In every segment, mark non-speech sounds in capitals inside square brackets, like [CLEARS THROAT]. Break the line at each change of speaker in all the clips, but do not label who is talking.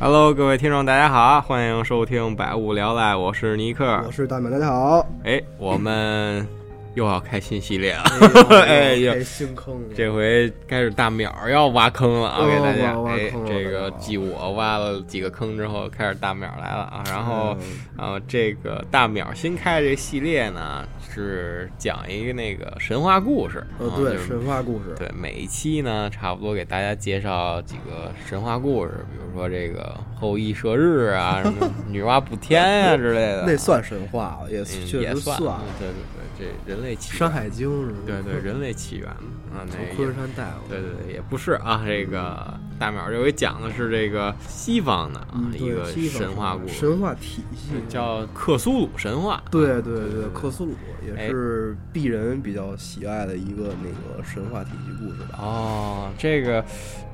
Hello，各位听众，大家好，欢迎收听百物聊赖，我是尼克。
我是大满，大家
[LAUGHS]
好。
哎，我们又要开新系列了， [LAUGHS] 呀
哎呦，开新坑了，
这回开始大淼要挖坑了啊，
哦
给大家。
挖挖
哎
坑，了
这个
大家好
继我挖了几个坑之后，开始大淼来了啊。然后
嗯
啊，这个大淼新开这系列呢，是讲一个那个神话故事。
呃
啊，
对，
就是
神话故事，
对，每一期呢，差不多给大家介绍几个神话故事，比如说这个后羿射日
[LAUGHS]
啊，什么女娲补天呀、之类的。
那算神话了，也
嗯
确
也
实
算，
算。
对对对，这人类起
山
源，
海经是吧？
对对，人类起源啊，那
从
也
昆山带过来。
对对对，也不是啊，这个大淼这回讲的是这个西方的啊、
嗯，
一
对
个
西方
神话故事，
神话体系。
叫啊克苏鲁神话。
对对对，克苏鲁
哎
也是鄙人比较喜爱的一个那个神话体系故事吧。
哦，这个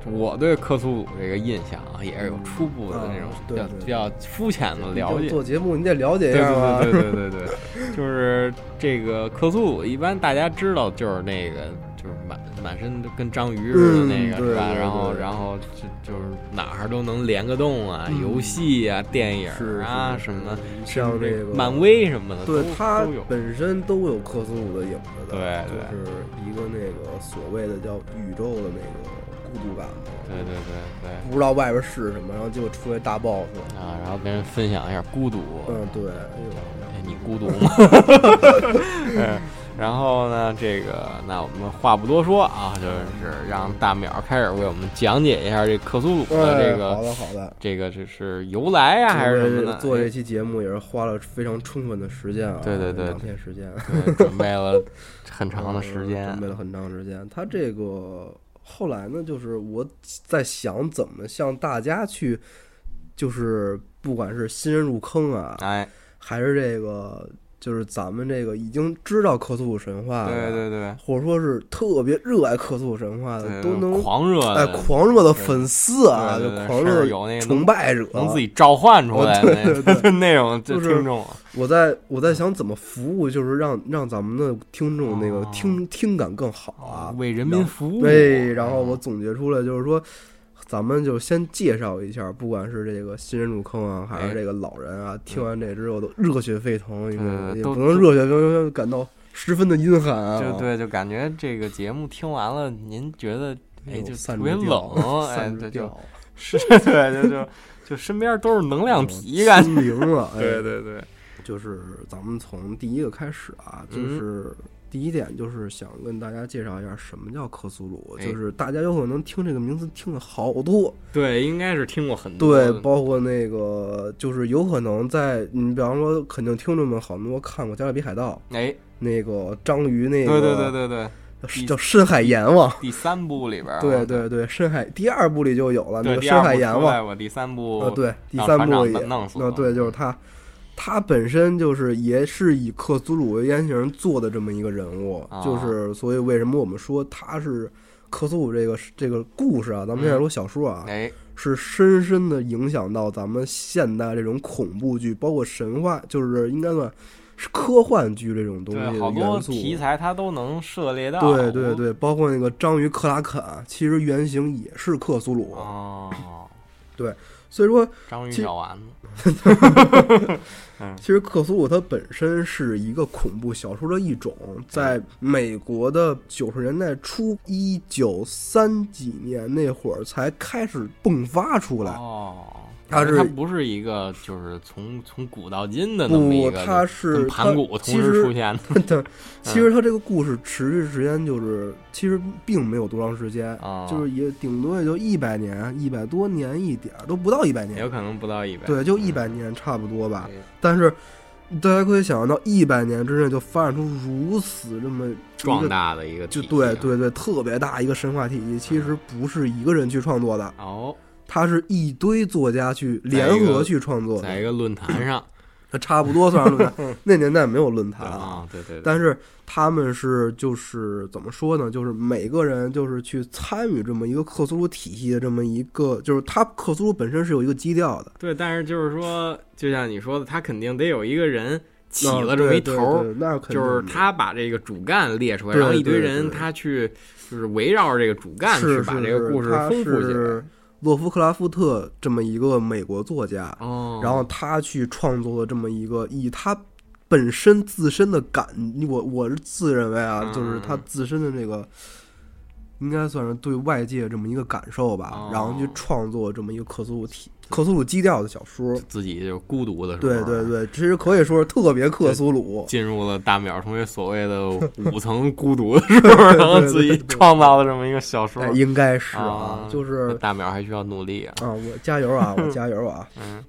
我对克苏鲁这个印象啊，也是有初步的那种
啊
比
对
较、
对
比较肤浅的哦了
你
解
就。做节啊目你得了解一
对
下吧。
对对对对 [LAUGHS] 对
嗯
对，就是这个克苏鲁，一般大家知道就是那个就是满满身都跟章鱼似的那个、
嗯
是吧？
对对对
然后
对
然后就就是哪儿都能连个洞啊，
嗯
游戏啊、电影
是
啊
是
什么的，
像
这
这个
漫威什么的，
对
都
它
都有。
本身都有克苏鲁的影子的，
对对
就是一个那个所谓的叫宇宙的那个孤独感嘛，
对对对对。
不知道外边是什么，然后结果出来大 boss，
啊，然后跟人分享一下孤独，啊
嗯，对，哎呦
哎，你孤独吗？ [LAUGHS] 嗯，然后呢，这个那我们话不多说啊，就是让大淼开始为我们讲解一下这克苏鲁的这
哎好
个
的好的，
这个这是由来呀、还是什么呢？哎
做这期节目也是花了非常充分的时间啊，
对对对
两天时间，
对准备了很长的时间
嗯准，备了很长时间。他这个后来呢，就是我在想怎么向大家去，就是不管是新人入坑啊，
哎，
还是这个就是咱们这个已经知道克苏鲁神话的，
对对对
或者说是特别热爱克苏鲁神话
对，
的，都能
狂热
哎
的，
狂热的粉丝啊，
呃对对对
就狂
甚
热
至有那个
的崇拜者，啊
能自己召唤出来的
哦对对
那种 [LAUGHS] 这
就是
听众，啊
我在我在想怎么服务，就是让让咱们的听众那个
哦
听、听感更好啊。
为嗯人民服务。啊
对，然后我总结出来就是说，咱们就先介绍一下，不管是这个新人入坑啊，还
哎嗯
是这个老人啊，听完这之后都热血沸腾，
对
因
对
为也
都
不能热血沸腾感到十分的阴寒啊。
就对，就感觉这个节目听完了，您觉得
哎呦，
哎就特
散着
别
掉
冷，哎
散着
对，就
掉，
[LAUGHS] 是对，就就就身边都是能量体，感觉。
心灵了。嗯哎
对对，
就是咱们从第一个开始啊，就
嗯
是第一点就是想跟大家介绍一下什么叫克苏鲁，
哎嗯
就是大家有可能听这个名字听了好多，
对，应该是听过很多
对
的。，
包括那个就是有可能在你比方说，肯定听众们很多看过《加勒比海盗》
哎，
那个章鱼那
对对
个，
对对对，
对，叫深海阎王。
第三部里边儿啊，
对对对，深海第二部里就有了
对，
那个
第
深
二
海
部
阎
出
王
来，我第三部
啊，对，第
让
三
船
部
长
也
弄弄死
啊，
了
对，就是他，他本身就是也是以克苏鲁为原型做的这么一个人物，
啊
就是所以为什么我们说他是克苏鲁这个这个故事啊，咱们现在说小说啊，
嗯哎，
是深深的影响到咱们现代这种恐怖剧，包括神话，就是应该算是科幻剧这种东西
对，
的
好多
元素。
题材它都能涉猎到。
对对对，包括那个章鱼克拉肯，其实原型也是克苏鲁，
哦，
所以说
章鱼
其
小丸子，
其实克苏鲁它本身是一个恐怖小说的一种，在
嗯
美国的九十年代初，一九三几年那会儿才开始迸发出来。
哦，
它是
它不是一个就是从从古到今的那么一
不，
个，
它
跟
是
盘古
它
同
其
时出
实
现的
[LAUGHS]
嗯
它其实它这个故事持续时间就是其实并没有多长时间，
啊，
就是也顶多也就一百年、一百多年一点儿，都不到一百
有
年，
可能不到一百，
对，就一百年差不多吧。
对
但是大家可以想象到，一百年之内就发展出如此这么
壮大的一个
就
体系
对
啊嗯
对对，特别大一个神话体系，其实不是一个人去创作的，
哦，
它是一堆作家去联
在一个
合去创作
在一
的，
个论坛上
那差不多算是论
[LAUGHS]
坛。那年代没有论坛啊，
啊，对对对，
但是他们是就是怎么说呢？就是每个人就是去参与这么一个克苏鲁体系的这么一个，就是它克苏鲁本身是有一个基调的，
对，但是就是说，就像你说的，他肯定得有一个人起了
啊
这么一
对对
头儿，
对那肯定
就是
的
他把这个主干列出来，
对
然后一堆
对
人
对
他去就是围绕着这个主干去
是
把
是
这个
是
故事
它
丰富起来
是。洛夫克拉夫特这么一个美国作家，
哦，
然后他去创作了这么一个以他本身自身的感，我我是自认为啊，
嗯
就是他自身的这个，应该算是对外界这么一个感受吧
哦，
然后去创作这么一个克苏鲁体、克苏鲁基调的小说。
自己就是孤独的时候，啊
对对，对，其实可以说是特别克苏鲁，
进入了大淼同学所谓的
[LAUGHS]
五层孤独的时候，然后自己创造了这么一个小说
哎，。应该是
啊，
就是
那大淼还需要努力啊。
啊，我加油啊，我加油啊！
嗯，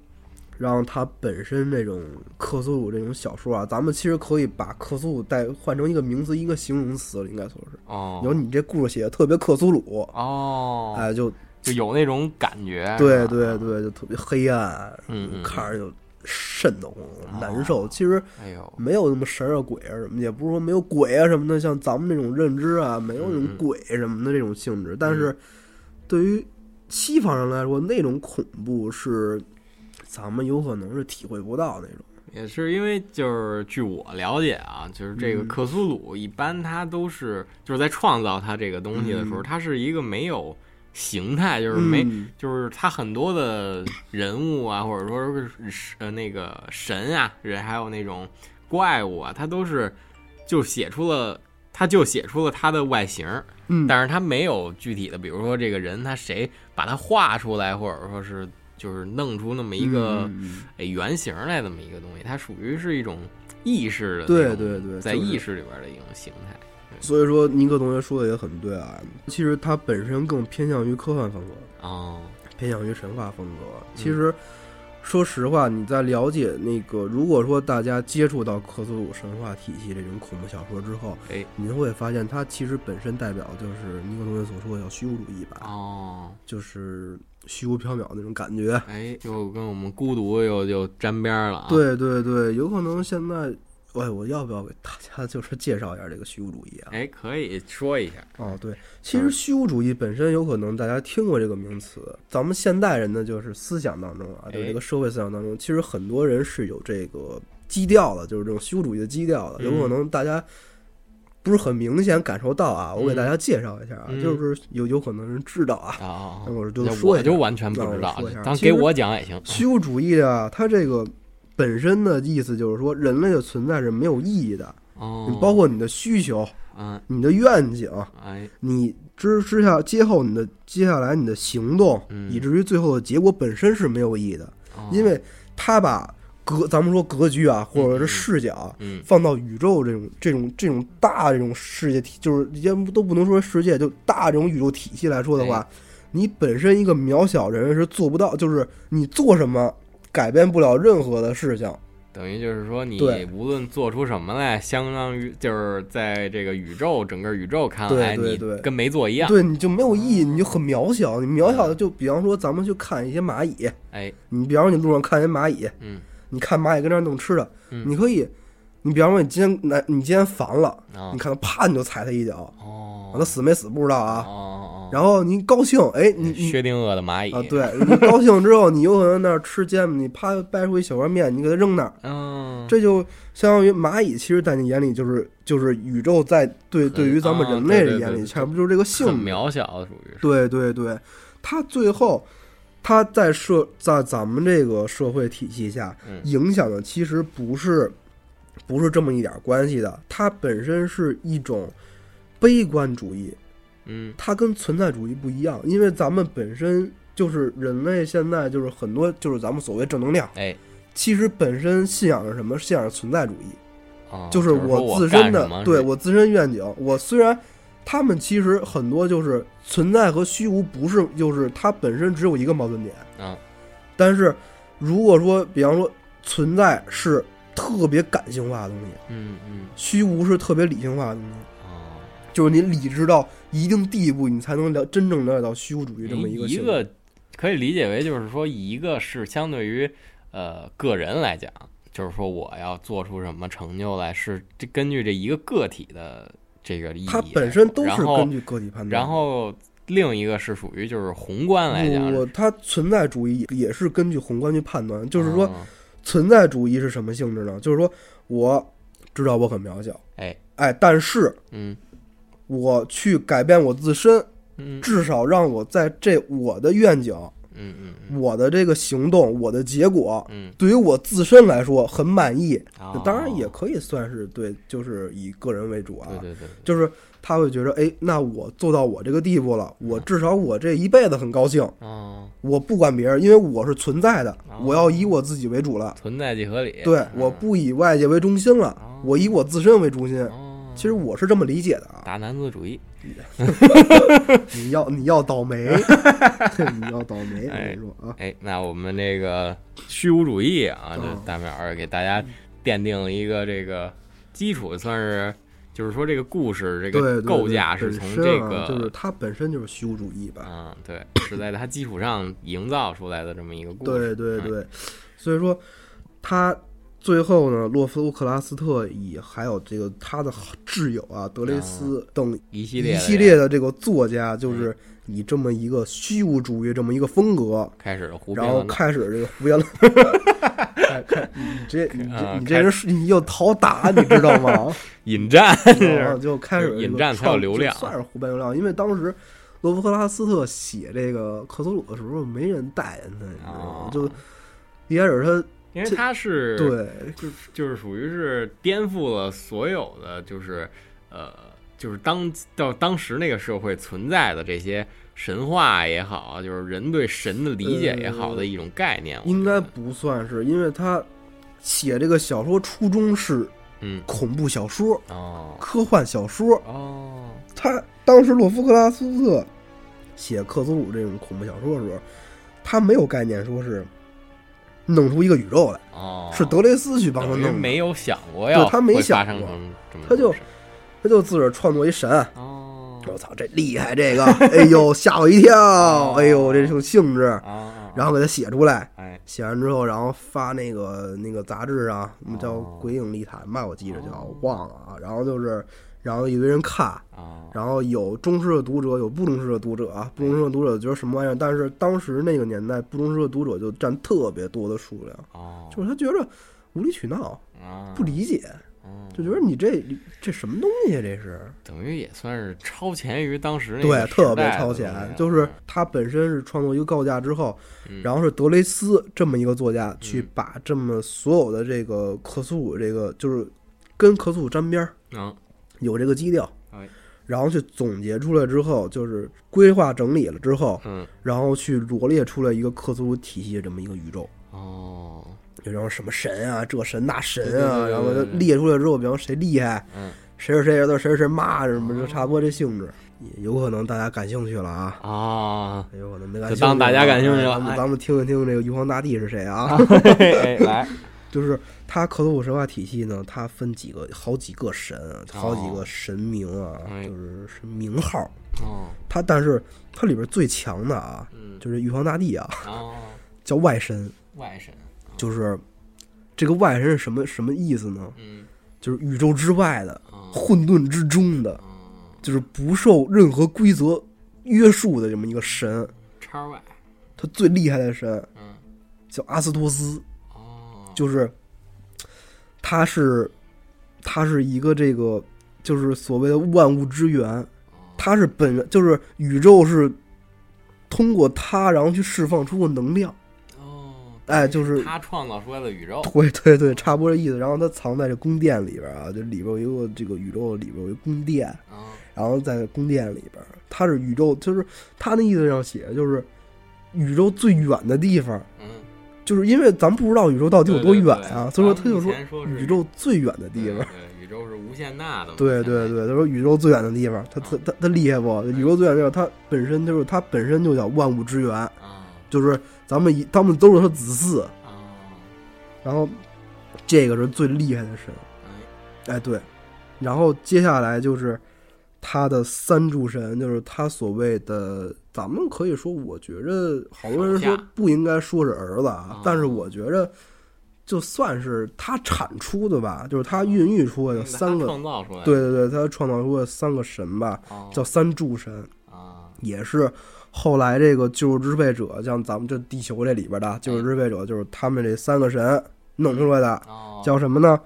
然后它本身这种克苏鲁这种小说啊，咱们其实可以把克苏鲁代换成一个名词，一个形容词了，应该说是。
哦，
有你这故事写的特别克苏鲁，
哦，
哎，就
就有那种感觉。
对
是吧
对，对，就特别黑暗，
嗯嗯
看着就瘆得慌，难受。其实
哎呦，
没有那么神啊鬼啊什么，也不是说没有鬼啊什么的，像咱们这种认知啊，没有那
嗯
种鬼什么的这种性质。但是对于西方人来说，那种恐怖是咱们有可能是体会不到那种。
也是因为就是据我了解啊，就是这个
嗯
克苏鲁一般它都是就是在创造它这个东西的时候，
嗯
它是一个没有形态，就是没
嗯
就是他很多的人物啊， [COUGHS] 或者说是是呃那个神啊，人还有那种怪物啊，他都是就写出了，他就写出了他的外形儿，
嗯，
但是他没有具体的，比如说这个人他谁把他画出来，或者说是就是弄出那么一个、
嗯
哎原型儿来这么一个东西，它属于是一种意识的
对
那种
对对
在
就是
意识里边的一种形态。
所以说尼克同学说的也很对啊。其实他本身更偏向于科幻风格，
哦，
偏向于神话风格。其实，
嗯
说实话，你在了解那个，如果说大家接触到克苏鲁神话体系这种恐怖小说之后，
哎，
您会发现它其实本身代表的就是尼克同学所说的叫虚无主义吧，
哦，
就是虚无缥缈那种感觉。
哎，又跟我们孤独又又沾边儿了啊。
对对对，有可能现在。哎，我要不要给大家就是介绍一下这个虚无主义啊？
哎，可以说一下。
哦，对，其
嗯
实虚无主义本身有可能大家听过这个名词，咱们现代人的就是思想当中啊，就是
哎
这个社会思想当中，其实很多人是有这个基调的，就是这种虚无主义的基调的，有可
嗯
能大家不是很明显感受到啊，我给大
嗯
家介绍一下啊，
嗯
就是有有可能人知道啊，
哦
那我就
那
说
我
一下
就完全不知
那我
道
说一下，
当
其
给
实
我讲也行。
虚无主义啊，它这个本身的意思就是说人类的存在是没有意义的，
哦
你，包括你的需求、
嗯，
你的愿景。
哎，
你之之下接后你的接下来你的行动，
嗯
以至于最后的结果本身是没有意义的，
哦
因为他把格咱们说格局啊，或者是视角。
嗯
放到宇宙这种这种这种大这种世界体，就是先都不能说世界，就大这种宇宙体系来说的
哎
话，你本身一个渺小人是做不到，就是你做什么改变不了任何的事情。
等于就是说，你
对
无论做出什么来，相当于就是在这个宇宙整个宇宙看来，
对
你
对对
跟没做一样。
对，你就没有意义，你就很渺小。你渺
嗯
小的，就比方说咱们去看一些蚂蚁，
哎，
你比方说你路上看一蚂蚁，
嗯，
你看蚂蚁跟那儿弄吃的，
嗯
你可以，你比方说你今天来，你今天烦了，
啊
你，看它啪你就踩它一脚，
哦，
它死没死不知道啊。
哦，哦
然后你高兴，哎，你你
薛定谔的蚂蚁
啊，，对你高兴之后，你有可能那儿吃煎饼，你啪掰出一小块面，你给它扔那儿，
嗯，
这就相当于蚂蚁，其实在你眼里就是就是宇宙在对对于咱们
啊
人
对
类的
对
眼
对
里，
对
差不多就是这个
很
性质。
渺小，属于是。
对对对，他最后他在社在咱们这个社会体系下
嗯，
影响的其实不是不是这么一点关系的，它本身是一种悲观主义，
嗯，
它跟存在主义不一样，因为咱们本身就是人类现在就是很多就是咱们所谓正能量，
哎，
其实本身信仰是什么？信仰是存在主义。
哦
就是是
说
自
干
身的
什么，
对
是
我自身愿景。我虽然他们其实很多就是存在和虚无不是，就是它本身只有一个矛盾点。
嗯，
但是如果说，比方说存在是特别感性化的东西，
嗯嗯，
虚无是特别理性化的东西，
哦，
就是你理智到一定地步，你才能了真正了解到虚无主义这么一个
哎一
性
个可以理解为就是说，一个是相对于呃个人来讲，就是说我要做出什么成就来，是这根据这一个个体的这个意义来
它
说，
本身都
然
是
后
根据个体判断的。
然后另一个是属于就是宏观来讲，
嗯我它存在主义也是根据宏观去判断，就是说。
嗯
存在主义是什么性质呢？就是说，我知道我很渺小，
哎
哎，但是
嗯
我去改变我自身，
嗯
至少让我在这我的愿景、
嗯嗯嗯
我的这个行动、我的结果，
嗯，
对于我自身来说很满意。
哦
当然也可以算是对，就是以个人为主啊，
对对对，对
就是他会觉得，哎，那我做到我这个地步了，我
嗯
至少我这一辈子很高兴。
哦，
我不管别人，因为我是存在的
哦，
我要以我自己为主了。
存在即合理。
对
嗯，
我不以外界为中心了
哦，
我以我自身为中心。
哦，
其实我是这么理解的
[LAUGHS]
啊，
打男子主义，
你要你要倒霉，
[LAUGHS]
你要倒霉，我
哎
跟你说啊，
哎，那我们这个虚无主义啊，这
嗯
大淼儿给大家奠定了一个这个基础，算是就是说这个故事这
对对
个
对
构架是
本
从
身
这
啊
个
就是它本身就是虚无主义吧，
嗯，对，是在它基础上营造出来的这么一个故事。哎
对对对，所以说他最后呢，洛夫克拉斯特以还有这个他的挚友啊德雷斯等
一系列
一
的嗯
系列的这个作家，就是以这么一个虚无主义这么一个风格，
开始胡编
然后
乱造，
开始这个胡言乱开 [LAUGHS] 开，你这你这
嗯
你这人是你又讨打，你知道
[LAUGHS]
吗？嗯
引战，
然后就开始
引
这个
战才
创
有流量
就算是胡编流量，因为当时罗伯克拉斯特写这个克苏鲁的时候，没人待见他，你知道吗
哦？
就一开始他
因为它是
对
就是就是属于是颠覆了所有的，就是呃，就是当到当时那个社会存在的这些神话也好，就是人对神的理解也好
呃
的一种概念。我
应
觉
该
得
不算是，因为他写这个小说初衷是
嗯
恐怖小说、
哦
科幻小说，
哦
他当时洛夫克拉斯特写克苏鲁这种恐怖小说的时候，他没有概念说是弄出一个宇宙来，
哦，
是德雷斯去帮他
等于
弄的，
没有想过要
对他没
会
想
发生
过
成这么
他就
回事
他就自个儿创作一神。
哦
我操，这厉害！这个， [LAUGHS] 哎呦，吓我一
哦
跳！哎呦，这种性质，
啊，
然后给他写出来，
哎
写完之后，然后发那个那个杂志啊，我们叫
哦
《鬼影历谈》吧，我记着叫，
哦
我忘了啊。然后就是，然后一堆人看，
啊
然后有忠实的读者，有不忠实的读者啊。
嗯
不忠实的读者觉得什么玩意儿？但是当时那个年代，不忠实的读者就占特别多的数量，
哦
就是他觉着无理取闹，
啊
不理解，
嗯
就觉得你这这什么东西啊？这是
等于也算是超前于当时那
对
个，时
特别
代的
超
东西啊
前。就是他本身是创作一个构架之后，
嗯
然后是德雷斯这么一个作家去把这么所有的这个克苏鲁这个就是跟克苏鲁沾边儿，
嗯
有这个基调
哎，
然后去总结出来之后，就是规划整理了之后。
嗯
然后去罗列出来一个克苏鲁体系的这么一个宇宙，
哦
就然后什么神啊，这神那神
对对对
啊，
对
然后就
对对
列出来之后，比方谁厉害，
嗯
谁是谁谁是谁是谁骂什么，
哦
就差不多这性质。也有可能大家感兴趣了啊，
啊
也有可能没感兴
就
趣了啊。
当大家感兴趣了
咱们
哎
咱们听一听这个玉皇大帝是谁啊？
哎来
就是他克苏鲁神话体系呢，它分几个，好几个神，好几个神明啊，
哎
就是是名号。
哦
它但是它里边最强的啊，
嗯
就是玉皇大帝啊，
哦
叫外神。
外神
就是这个外神是什么什么意思呢？
嗯
就是宇宙之外的、
哦
混沌之中的，
嗯
就是不受任何规则约束的这么一个神。
叉外
他最厉害的神
嗯
叫阿斯托斯，
哦
就是他是他是一个这个就是所谓的万物之
哦
源，他是本就是宇宙是通过他然后去释放出过能量。
哦
哎，就是
他创造出来的宇宙
对对对，差不多这意思。然后它藏在这宫殿里边啊，就里边有一个这个宇宙里边有一个宫殿，
啊
然后在宫殿里边，它是宇宙，就是它那意思上写就是宇宙最远的地方，
嗯
就是因为咱不知道宇宙到底有多远啊，所以说他
他
就说
说是
宇宙最远的地方
对。对宇宙是无限大的嘛
对对对，他说宇宙最远的地方，他他他他厉害不？宇宙最远的地方，它本身就是它本身就叫万物之源，
啊
就是咱们一咱们都是他子嗣，
啊
然后这个是最厉害的神。
哎
哎，对，然后接下来就是他的三柱神，就是他所谓的，咱们可以说，我觉着好多人
手
说
下
不应该说是儿子啊
哦，
但是我觉着就算是他产出的吧，就是他孕育出来的
嗯
三
他
个，
创造出来的
对对对，他创造出的三个神吧，
哦
叫三柱神，
啊
也是后来这个救世支配者，像咱们这地球这里边的救世支配者，就是他们这三个神弄出来的，
哎哦
叫什么呢？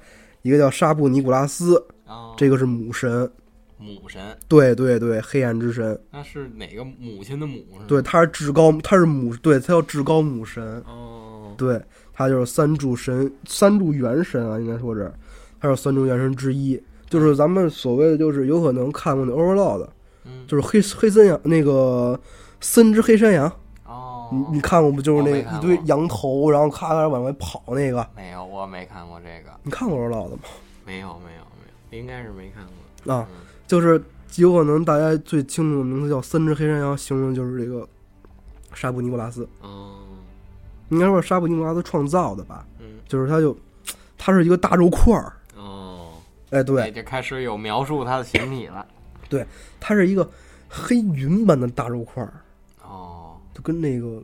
一个叫沙布尼古拉斯，
哦
这个是母神，
母神，
对对对，黑暗之神，
那是哪个母亲的母？是吧
对，他是至高，他是母，对，他叫至高母神，
哦，
对，他就是三柱神，三柱元神啊，应该说是，他是三柱元神之一，就是咱们所谓的就是有可能看过那 Overlord，
嗯，
就是黑黑森羊那个森之黑山羊，你
哦
你，看过不？就是
我
那
没看
一
过
堆羊头，然后咔咔往外跑那个，
没有，我没看过这个，
你看过 Overlord 吗？
没有，没有，没有，应该是没看过。
啊
嗯，
就是有可能大家最清楚的名字叫森之黑山羊，形容就是这个沙布尼古拉斯，
哦，
应该说是沙布尼古拉斯创造的吧，
嗯，
就是他就他是一个大肉块儿，
哦，
哎，对，
哎，这开始有描述它的形体了。
它是一个黑云般的大肉块儿，
哦，
就跟那个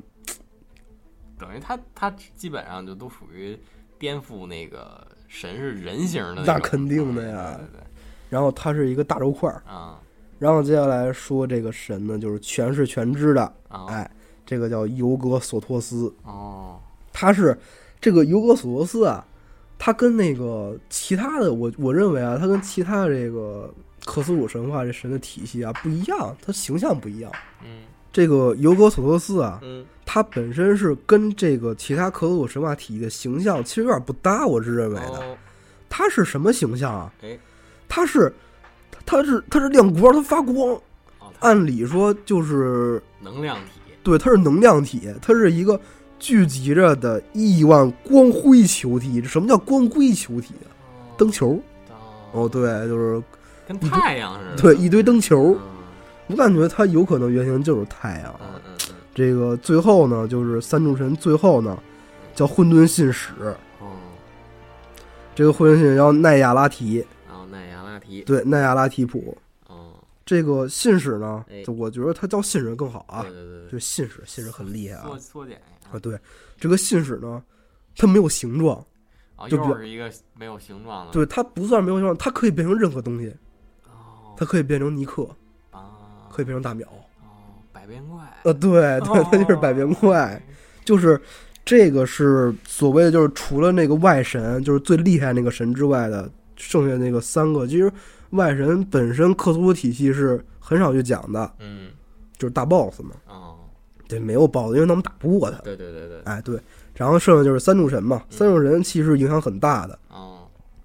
等于它它基本上就都属于颠覆那个神是人形的种。
那肯定的呀
对对对，
然后它是一个大肉块儿。
啊
然后接下来说这个神呢，就是全是全知的，
啊
哎，这个叫尤格索托斯，
哦，
他是这个尤格索托斯啊，他跟那个其他的我我认为啊，他跟其他的这个克苏鲁神话这神的体系啊不一样，他形象不一样。
嗯
这个尤格索托斯啊，
嗯
他本身是跟这个其他克苏鲁神话体系的形象其实有点不搭，我是认为的。
哦，
他是什么形象啊？
哎
他是，他是他是亮光，他发光。
哦，它
按理说就是
能量体
对，它是能量体，它是一个聚集着的亿万光辉球体。什么叫光辉球体啊？
哦
灯球。哦，
哦，嗯
对，就是
跟太阳似的。
对一堆灯球。
嗯
我感觉它有可能原型就是太阳。
嗯嗯嗯
这个最后呢，就是三柱神最后呢叫混沌信使。
哦，
这个混沌信使叫奈亚拉提，
然后奈亚拉提
对，奈亚拉提普。
哦，
这个信使呢
哎，
就我觉得它叫信使更好啊
对。对对
就
对，
信使，信使很厉害啊
缩缩减一下
啊！对，这个信使呢，它没有形状，
哦，
就比
又是一个没有形状的。
对，它不算没有形状，它可以变成任何东西，
哦
它可以变成尼克，
啊，
可以变成大淼，
哦，百变怪。[LAUGHS]
呃，对对，它就是百变怪，就是这个是所谓的，就是除了那个外神，就是最厉害那个神之外的，剩下那个三个，其实外神本身克苏鲁体系是很少去讲的，
嗯，
就是大 boss 嘛，
哦，
对，没有 boss，因为他们打不过他，
对对对对，
哎，对，然后剩下就是三柱神嘛，三柱神其实影响很大的，
哦，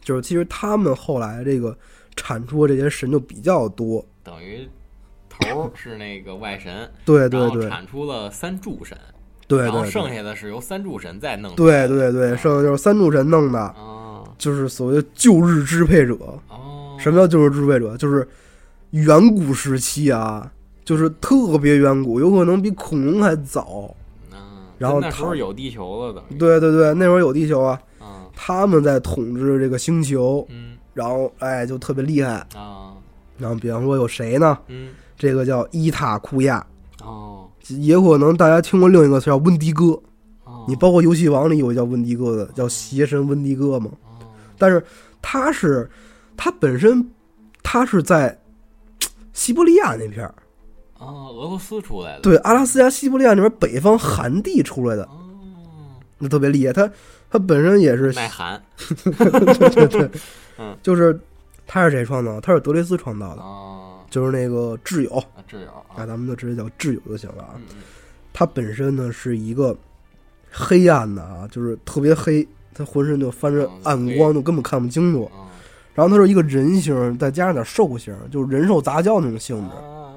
就是其实他们后来这个产出的这些神就比较多，
等于头儿是那个外神，
[LAUGHS] 对
然
对
后
对
产出了三柱神，
对
然后
对
剩
对，
下的是由三柱神再弄出来
对
的。
对对，剩下就是三柱神弄的，
哦
就是所谓的旧日支配者。
哦，
什么叫旧日支配者？就是远古时期啊，就是特别远古，有可能比恐龙还早。
嗯，
然后
那时候
他
有地球了，等于
对对对，那会儿有地球啊，
嗯
他们在统治这个星球，
嗯
然后哎就特别厉害。
啊
然后比方说有谁呢？
嗯
这个叫伊塔库亚，
哦
也可能大家听过另一个词叫温迪哥，
哦，
你包括游戏王里有一个叫温迪哥的，叫邪神温迪哥嘛。
哦
但是他是他本身他是在西伯利亚那片儿，
哦，俄罗斯出来的
对阿拉斯加西伯利亚那边北方寒地出来的，
哦，
那特别厉害。他他本身也是，
耐寒
就是他是谁创造的？他是德雷斯创造的，
哦，
就是那个挚友
啊挚友啊
啊，咱们就直接叫挚友就行了啊。
嗯嗯
他本身呢是一个黑暗的啊，就是特别黑，他浑身就翻着
嗯
暗光，就根本看不清楚。
嗯
然后他是一个人形，再加上点兽形，就是人兽杂交那种性质。
啊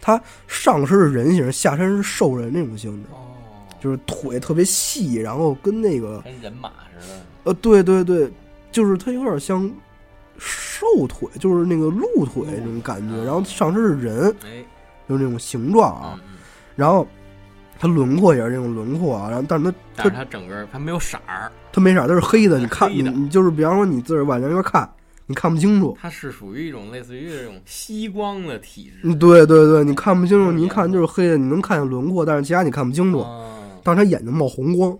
他上身是人形，下身是兽人那种性质，
哦，
就是腿特别细，然后跟那个
跟人马似的。
呃，对对对，就是他有点像兽腿，就是那个鹿腿那种感觉。
嗯
然后上身是人，
哎
就是那种形状啊。，
嗯嗯
然后他轮廓也是那种轮廓啊，然后但是他
但是它整个它没有色儿，
它没色，它是黑的，
它是
你看
黑
你
的
你就是比方说你自个儿往那边看，你看不清楚。
它是属于一种类似于这种吸光的体质。
嗯，对对对，你看不清楚，你一看
嗯
就是黑的，你能看见轮廓，但是其他你看不清楚。
哦
但是他眼睛冒红光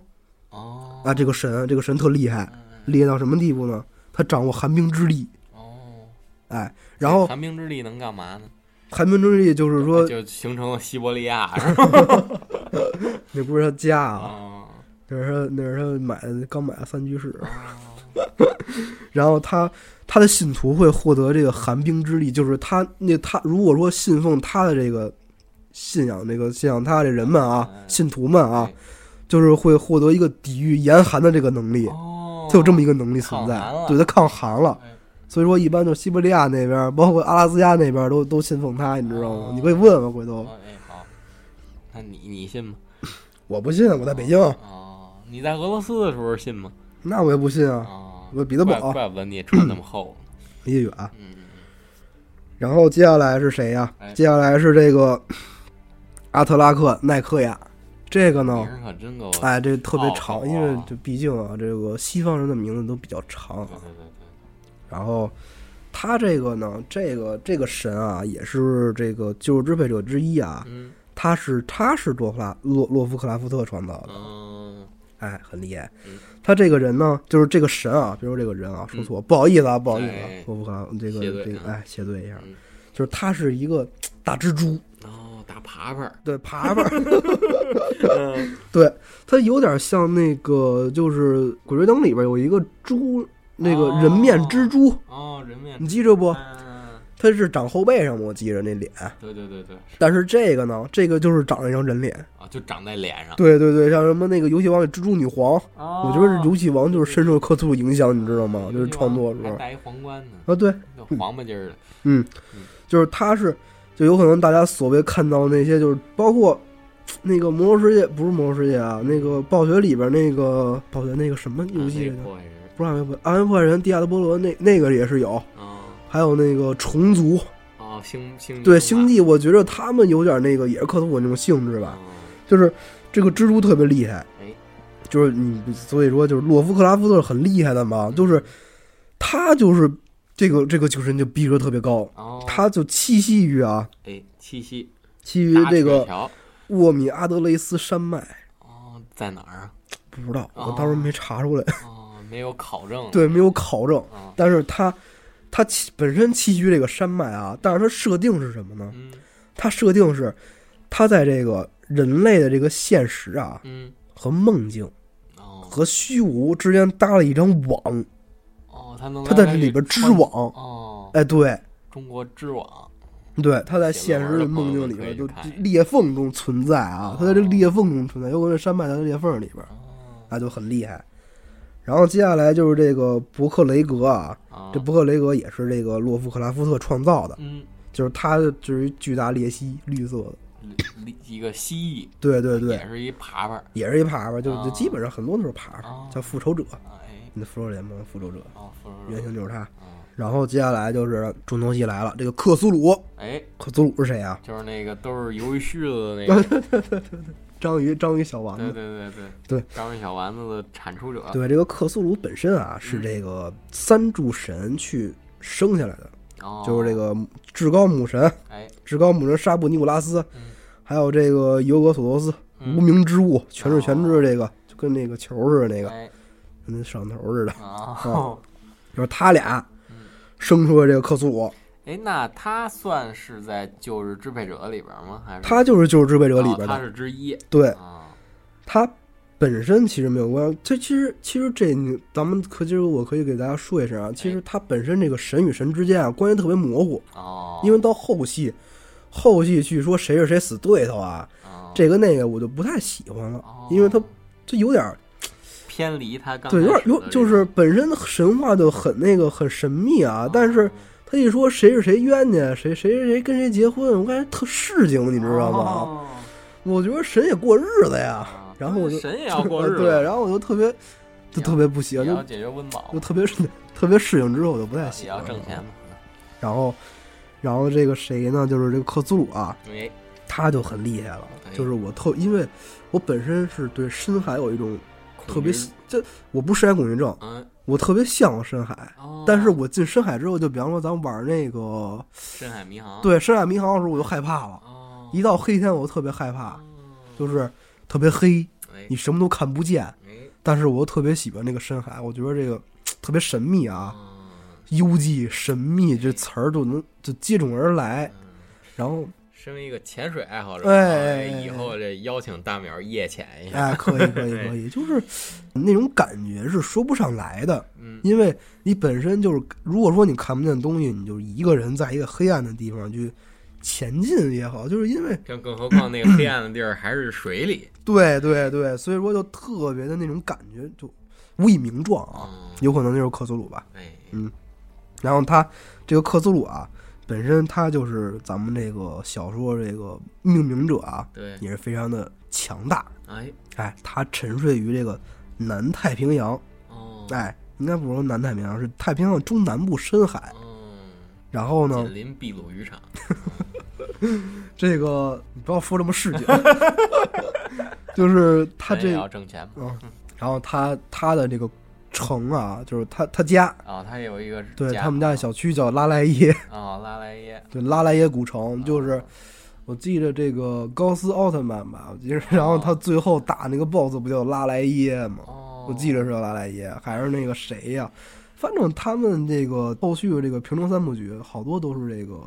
哦
啊，这个神，这个神特厉害，
嗯
厉害到什么地步呢？他掌握寒冰之力，
哦，
哎，然后
寒冰之力能干嘛呢？啊
寒冰之力就是说，
就形成了西伯利亚是吧？
那不是他家啊，
哦
那是他那是他买的刚买的三居室，
哦
[LAUGHS] 然后他他的信徒会获得这个寒冰之力，就是他那他如果说信奉他的这个信仰，这个信仰他的人们啊，
嗯
信徒们啊
对，
就是会获得一个抵御严寒的这个能力，
哦，
他有这么一个能力存在
抗寒了，
对他抗寒了
哎。
所以说，一般就西伯利亚那边，包括阿拉斯加那边，都都信奉他，你知道吗
哦？
你可以问问回头。
哦哎好，那你你信吗？
我不信，我在北京，
哦，你在俄罗斯的时候信吗？
那我也不信啊，
哦，
我彼得堡
怪怪不得你也穿那么厚。
[CLEARS THROAT] 离得远。
嗯，
然后接下来是谁呀、
哎
接下来是这个阿特拉克奈克亚，这个
名
呢，
儿可真够。
哦哎，这特别
哦
长，
哦
因为这毕竟啊，这个西方人的名字都比较长
对
啊。
对对对，
然后他这个呢，这个这个神啊，也是这个救世支配者之一啊，
嗯
他是他是多弗拉洛洛夫克拉夫特创造的，
嗯，
哎，很厉害
嗯。
他这个人呢，就是这个神啊，比如说这个人啊，说错，不好意思啊，不好意思啊
哎，
洛夫克拉这个
谢罪
这个
啊，
哎，谢罪一下
嗯，
就是他是一个大蜘蛛。
哦，打爬爬儿，
对，爬爬， [LAUGHS] 对，它有点像那个，就是《鬼吹灯》里边有一个猪，那个人面蜘蛛，
哦，人面
你记着不？
嗯，
它是长后背上嘛，我记着那脸。
对对对对，
但是这个呢，这个就是长了一张人脸。
啊，就长在脸上。
对对对，像什么那个游戏王里蜘蛛女皇，
我
我觉
哦
得游戏王就是深受克苏鲁影响，你知道吗？就是创作的时
还
候
戴一皇冠呢，
[LAUGHS] 啊，对，
那黄吧唧儿的。
就是他是，就有可能大家所谓看到的那些，就是包括那个魔兽世界，不是魔兽世界啊，那个暴雪里边那个暴雪那个什么游戏来
啊那
着？
破坏人。
不是暗黑破，暗黑破坏人、地下的波罗那那个也是有，
哦
还有那个虫族，
哦，星星
对星
星
际，我觉得他们有点那个也是克苏鲁那种性质
是
吧，？就是这个蜘蛛特别厉害
嗯哎，
就是你所以说就是洛夫克拉夫特很厉害的嘛，就是他就是这个这个精神就逼格特别高，
哦，
他就栖息于啊。
哎，七夕
栖于
搭
这
雪
个
条
沃米阿德雷斯山脉，
哦，在哪儿啊？
不知道，
哦
我当时没查出来，
哦，没有考证。
对，没有考证。
啊，
但是它它栖本身栖居这个山脉啊，但是它设定是什么呢？
嗯
它设定是它在这个人类的这个现实啊
嗯，
和梦境
哦
和虚无之间搭了一张网，
哦，他能
它在这里边织
穿
网。
哦，
哎，对
中国织网
对，它在
写
现
论文
实
的
的梦
朋友们
境里
可以
边
去
就
看一下
裂缝中存在啊
哦，
它在这裂缝中存在，有可能山脉在这裂缝里边。
哦
那就很厉害。然后接下来就是这个伯克雷格啊，
啊，
这伯克雷格也是这个洛夫克拉夫特创造的，
嗯，
就是它就是一巨大鬣蜥，绿色的，
里一个蜥蜴，
对对对
也，是一爬爬儿
也是一爬爬，就
啊
就基本上很多都是爬
哦
爬，叫复仇者，
啊，哎，
你的复仇者联盟复仇者，
哦，复仇
原
者
型就是他。
啊，
然后接下来就是重头戏来了，这个克苏鲁，
哎，
克苏鲁是谁啊？
就是那个都是鱿鱼须子的那个，
章鱼，章鱼小丸
对
子。
对对对
对，
章鱼小丸子的产出者，
对，这个克苏鲁本身啊
嗯
是这个三柱神去生下来的，
哦，
就是这，个至高母神，
哎，
至高母神沙布尼古拉斯，
嗯
还有这个尤格索罗斯，
嗯哦
无名之物，全是全知这个，就跟那个球似的那个，啊
哎，
跟那摄像头似的。
哦，
就是他俩
嗯
生出了这个克苏鲁，
哎，那他算是在旧日支配者里边吗？还是
他就是救世支配者里边
哦
的，
他是之一
对
啊，
他本身其实没有关系。这其实其实这你咱们可其实我可以给大家说一声啊，
哎
其实他本身这个神与神之间啊关系特别模糊，
哦，
因为到后戏。后戏据说谁是谁死对头啊，
哦
这个那个我就不太喜欢了，
哦
因为他这有点儿
偏离他刚
对，有
开
点
始
有
的
就
这
是
种
本身神话就很那个很神秘啊
哦，
但是他一说谁是谁冤家，谁谁谁谁跟谁结婚，我感觉特市井，你知道吗？
哦
我觉得神也过日子呀，
啊
然后我就
神也要过日子，
[LAUGHS] 对，然后我就特别就特别不喜欢，
也要
就
解决温饱啊
就，特别特别适应之后我就不太
也
喜欢
要
了
挣钱。嘛，
然后，然后这个谁呢？就是这个克苏鲁啊，
哎，
他就很厉害了
哎，
就是我特因为我本身是对深海有一种特别
恐惧
这我不是深海恐惧症，
嗯，
我特别向往深海。
哦
但是我进深海之后，就比方说咱们玩那个
深海迷航，
对深海迷航的时候，我就害怕了。
哦，
一到黑天，我就特别害怕，
哦
就是特别黑，
哎
你什么都看不见。
哎
但是我又特别喜欢这个深海，我觉得这个特别神秘啊，
嗯嗯
幽寂、神秘这词儿就能就接踵而来。然后
身为一个潜水爱好者，啊
哎
以后这邀请大淼夜潜一下，
哎，可
[LAUGHS]
以，可以，可以，就是那种感觉是说不上来的，
嗯
因为你本身就是，如果说你看不见东西，你就一个人在一个黑暗的地方去前进也好，就是因为
更更何况那个黑暗的地儿还是水里，
对对对，所以说就特别的那种感觉，就无以名状啊，
嗯，
有可能就是克苏鲁吧。
哎，
然后他这个克苏鲁啊，本身他就是咱们这个小说这个命名者啊，
对，
也是非常的强大。
哎，
哎，他沉睡于这个南太平洋，
哦，
哎，应该不是说南太平洋，是太平洋中南部深海。
哦，
然后呢
紧，邻秘鲁渔场，
这个你不要说这么市井，就是他
咱也
这，
要挣钱嘛，
嗯，然后他他的这个城啊，就是他他家，
啊，他有一个
对
家
他们家的小区叫拉莱耶，
啊，拉莱耶，
对拉莱耶古城，就是我记着这个高斯奥特曼吧，我记着，然后他最后打那个 BOSS 不叫拉莱耶吗？
哦，
我记着是拉莱耶，还是那个谁呀、反正他们这个后续的这个平成三部曲，好多都是这个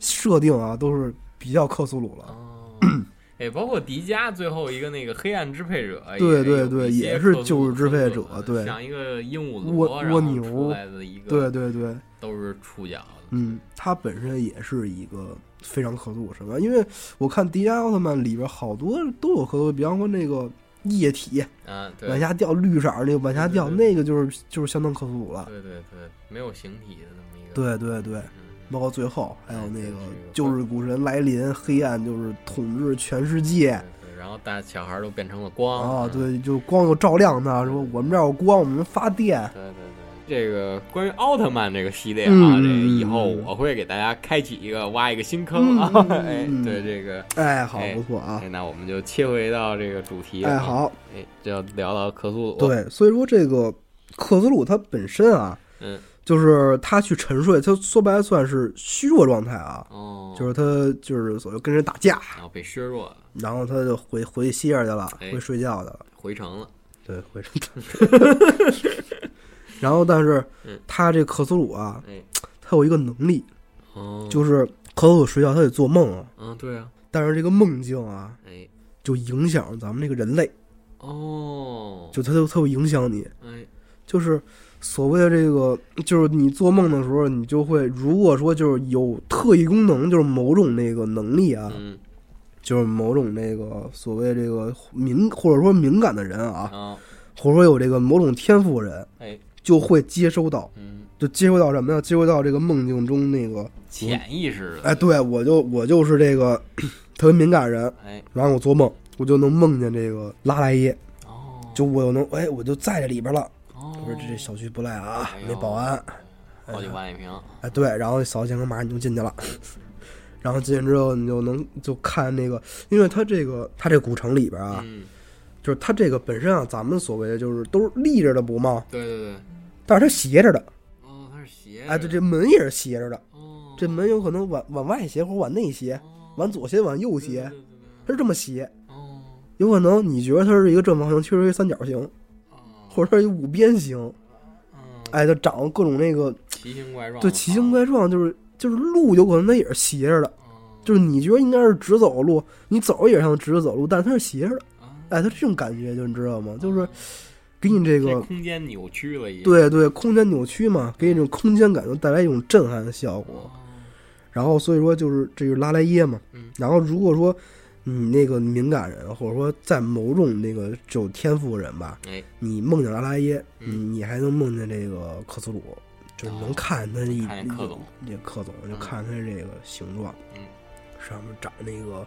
设定啊，都是比较克苏鲁了。
哦， [CLEARS THROAT] 哎，包括迪迦最后一个那个黑暗支配者也有一些克苏
对
鲁风
对
格的，
对也是就是支配者对
像一个鹦鹉
蜗
螺，然后
蜗牛
出来的一个，
对，对对，
都是触角的，
嗯，它本身也是一个非常克苏鲁什么，因为我看迪迦奥特曼里边好多都有克苏鲁，比方说那个液体
啊，对，
嗯往下掉绿色儿那个往下掉，
对对
那个就是就是相当克苏鲁了。
对对对，没有形体的那么一个，
对对对，
嗯，
包括最后还有那个
哎对
旧日古神来临，黑暗就是统治全世界
对对，然后大小孩都变成了光
啊！
嗯
对，就光有照亮它，说我们这儿有光，我们发电。
对对对，这个关于奥特曼这个系列啊，
嗯
这个
嗯
以后
嗯
我会给大家开启一个挖一个新坑啊！
嗯嗯嗯嗯
[LAUGHS] 哎，对这个，
哎，好
哎
不错啊
哎！那我们就切回到这个主题
哎，
啊，
好，
哎，就要聊到克苏鲁，，
对，所以说这个克苏鲁它本身啊，
嗯，
就是他去沉睡，他说白了算是虚弱状态啊，
哦，
就是他就是所谓跟人打架，
然后被削弱了，
然后他就回回去歇着去了，
哎
回睡觉去了。
回城了，
对，回神 [LAUGHS] 然后，但是
嗯
他这克苏鲁啊，
哎，
他有一个能力，
哦，
就是克苏鲁睡觉他得做梦啊，
嗯，对啊，
但是这个梦境啊，
哎，
就影响咱们这个人类，
哦，
就它就它会影响你，
哎，
就是。所谓的这个，就是你做梦的时候，你就会，如果说就是有特异功能，就是某种那个能力啊，
嗯，
就是某种那个所谓这个敏或者说敏感的人啊，
啊，
或者说有这个某种天赋的人，
哎，
就会接收到
嗯，
就接触到什么呀？接触到这个梦境中那个，
潜意识的，
哎，对我就我就是这个 [COUGHS] 特别敏感人，
哎，
然后我做梦，我就能梦见这个拉莱耶，
哦，
就我又能哎，我就在这里边了。
哦，
我说这这小区不赖啊
哎，
那
呦
保安，
好几万一平，
哎，对，然后扫健康码你就进去了。 [LAUGHS] 然后进去之后，你就能就看那个，因为它这个它这古城里边啊，
嗯，
就是它这个本身啊，咱们所谓的就是都是立着的不嘛，
对对对，
但是它斜着的，
哦，它是斜，
哎，对，，这门也是斜着的，
哦，
这门有可能往往外斜或者往内斜，
哦
往左斜往右
对
斜
对，对
它是这么斜。
对哦，
有可能你觉得它是一个正方形，其实是一三角形，
哦，
或者说一五边形。
嗯，
哎，它长各种那个，
奇形怪状，啊
对，奇形，怪状，就是就是路有可能它也是斜着的，
哦，
就是你觉得应该是直走路，你走也像直走路，但是它是斜着的。
啊
哎，它这种感觉，就你知道吗？就是给你这
这
个，
空间扭曲了一，，
对对，空间扭曲嘛，给你这种空间感，就带来一种震撼的效果。然后所以说就是这就是拉莱耶嘛，
哦嗯
然后如果说你那个敏感人，或者说在某种那个有天赋的人吧，
哎，
你梦见拉莱耶，
嗯
你你还能梦见这个克苏鲁，就是你能
哦
看他一
看见克总
这克总，就看他这个形状，
嗯，
上面长那个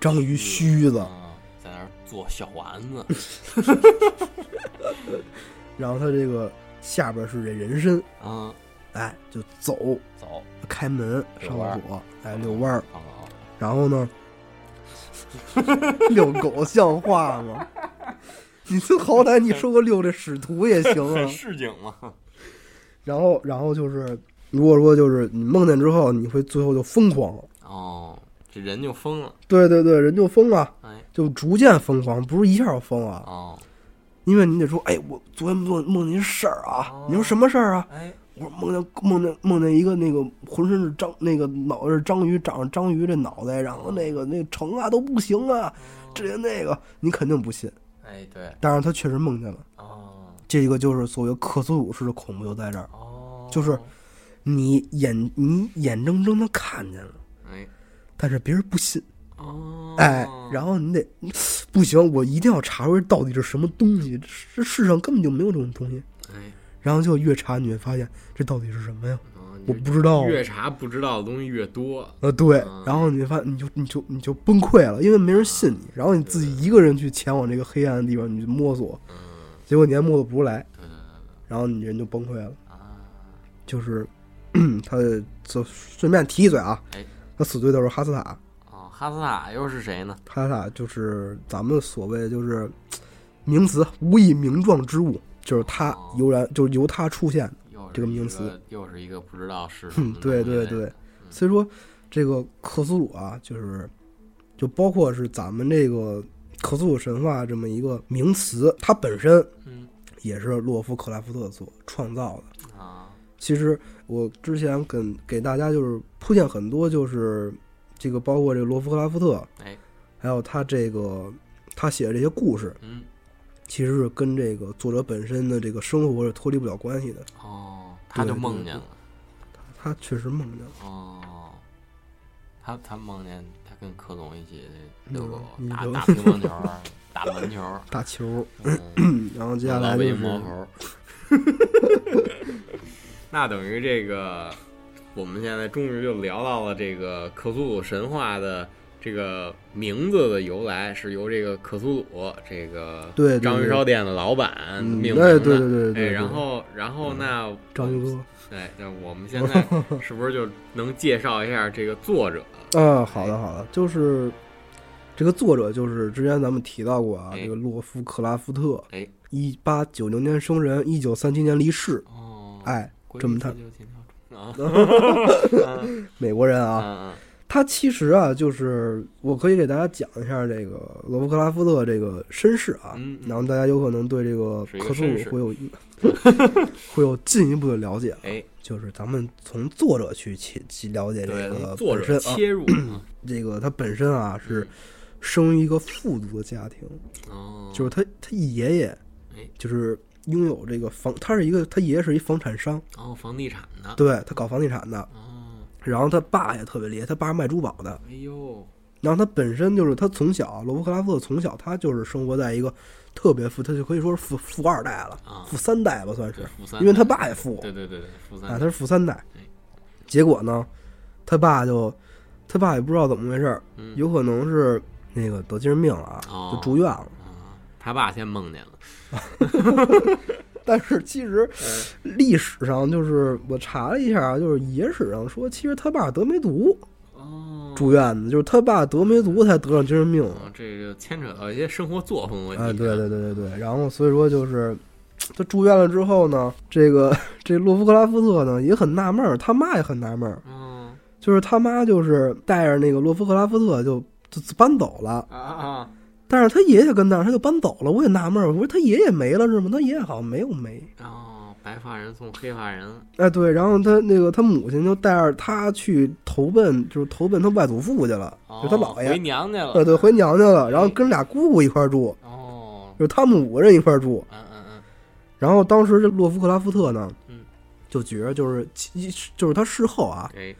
章鱼须子，
啊，在那儿做小丸
[LAUGHS]
子，
然后他这个下边是这人参，
嗯，
哎，就走
走，
开门
遛
上
弯儿
厕所，哎，遛弯儿，
看好，
然后呢，遛狗像话吗？ [LAUGHS] 你这好歹你说个遛这使徒也行
很 [LAUGHS]
啊。
市井嘛，
然后，然后就是，如果说就是你梦见之后，你会最后就疯狂了。
哦，这人就疯了，
对对对，人就疯了，
哎，
就逐渐疯狂，不是一下就疯啊。
哦，哦
哎因为你得说，哎，我昨天做梦见一事儿啊。你说什么事儿啊？
哎，
我梦见梦见梦见一个那个浑身是章那个脑袋是章鱼长着章鱼这脑袋，然后那个那个成啊都不行啊，之前那个你肯定不信，
哎，对，
但是他确实梦见了。
哦
这个就是所谓克苏鲁式的恐怖就在这儿，
哦，
就是你眼你眼睁睁的看见了，
哎
但是别人不信，
哦，
哎，然后你得不行，我一定要查出来到底是什么东西，这世上根本就没有这种东西。
哎，
然后就越查你会发现这到底是什么呀？
哦
我
你
不知道。
越查不知道的东西越多，
呃，对
嗯，
然后你发你就你就你就崩溃了，因为没人信你，然后你自己一个人去前往这个黑暗的地方，你去摸索，
嗯
结果你还摸索不出来，然后你人就崩溃了。
啊
就是， [CLEARS THROAT] 他就顺便提一嘴啊
哎，
他死对头是哈斯塔，
哦，哈斯塔又是谁呢？
哈斯塔就是咱们所谓就是名词，无以名状之物，就是他
哦
由然就是由他出现的。
又是
这个
一
名词，
又是一个不知道是什
嗯
么，东
对
西
对
的
对，所以说这个克苏鲁啊，就是就包括是咱们这个克苏鲁神话这么一个名词，它本身
嗯
也是洛夫克拉夫特所创造的。
啊，
其实我之前跟给大家就是铺垫很多，就是这个包括这个罗夫克拉夫特，
哎，
还有他这个他写的这些故事，
嗯，
其实是跟这个作者本身的这个生活是脱离不了关系的。
哦，他
对
就
对
梦见
对
了，
他确实梦见了，
哦，他他梦见他跟柯总一起遛狗
嗯，
打
你
打乒乓球儿，打篮球
[LAUGHS]
儿，
打球，
嗯，
然后接下来
老
就
被
是
猫猴。 [LAUGHS] 那等于这个，我们现在终于就聊到了这个克苏鲁神话的这个名字的由来，是由这个克苏鲁这个
对对对
章鱼烧店的老板
嗯
命名的。
哎，对对对对
哎，
对，
然后，然后那
章鱼哥。
哎，那我们现
[LAUGHS]
在是不是就能介绍一下这个作者？
啊，好的好的，就是这个作者就是之前咱们提到过啊，
哎
这个洛夫克拉夫特，
哎，
一八九零年生人，一九三七年离世，
哦，
哎，
规
这么
律
他
就挺好啊，
美国人啊，
嗯
他其实啊，就是我可以给大家讲一下这个洛夫克拉夫特这个身世啊，
嗯嗯
然后大家有可能对这个
是一个
克苏
绅
鲁
士
会
[LAUGHS]
有会有进一步的了解，
哎，
就是咱们从作者去去去了解这
对，从
个
作
本
者
身啊，
切入啊，
这个他本身啊是生于一个富足的家庭。
嗯哦，
就是他他爷爷
哎，
就是拥有这个房，他是一个他爷爷是一房产商，
哦，房地产的，
对他搞房地产的。
哦，
然后他爸也特别厉害，他爸是卖珠宝的。
哎呦，
然后他本身就是他从小，罗伯克拉夫特从小他就是生活在一个特别富，他就可以说是富富二代了，
啊
富三代吧算是
对，富三代
因为他爸也富
对对对对，富三
啊，他
代，
是富三代
哎。
结果呢，他爸就他爸也不知道怎么回事儿，
嗯
有可能是那个得精神病了啊，
哦
就住院了。
啊，他爸先梦见了，
但是其实
嗯
历史上就是我查了一下，啊就是野史上说，其实他爸得梅毒
哦，
住院的，就是他爸得梅毒才得上精神病
哦这就牵扯到一些生活作风嗯问题，啊
哎，对对对对对，然后所以说就是他住院了之后呢，这个 [LAUGHS] 这洛夫克拉夫特呢也很纳闷儿，他妈也很纳闷儿，
嗯
就是他妈就是带着那个洛夫克拉夫特就就就搬走了，
啊啊，
但是他爷爷跟那儿他就搬走了，我也纳闷儿，我说他爷爷没了是吗？他爷爷好像没有没。
哦，白发人送黑发人，
哎，对，然后他那个他母亲就带着他去投奔，就是投奔他外祖父去了，
哦
就，他姥
回
爷，
娘家了，
呃，对，回娘家了，然后
哎
跟俩姑姑一块儿住，
哦，
就是他们五个人一块儿住。
嗯嗯
然后当时这洛夫克拉夫特呢，
嗯
就觉着就是其就是他事后啊
嗯，，哎，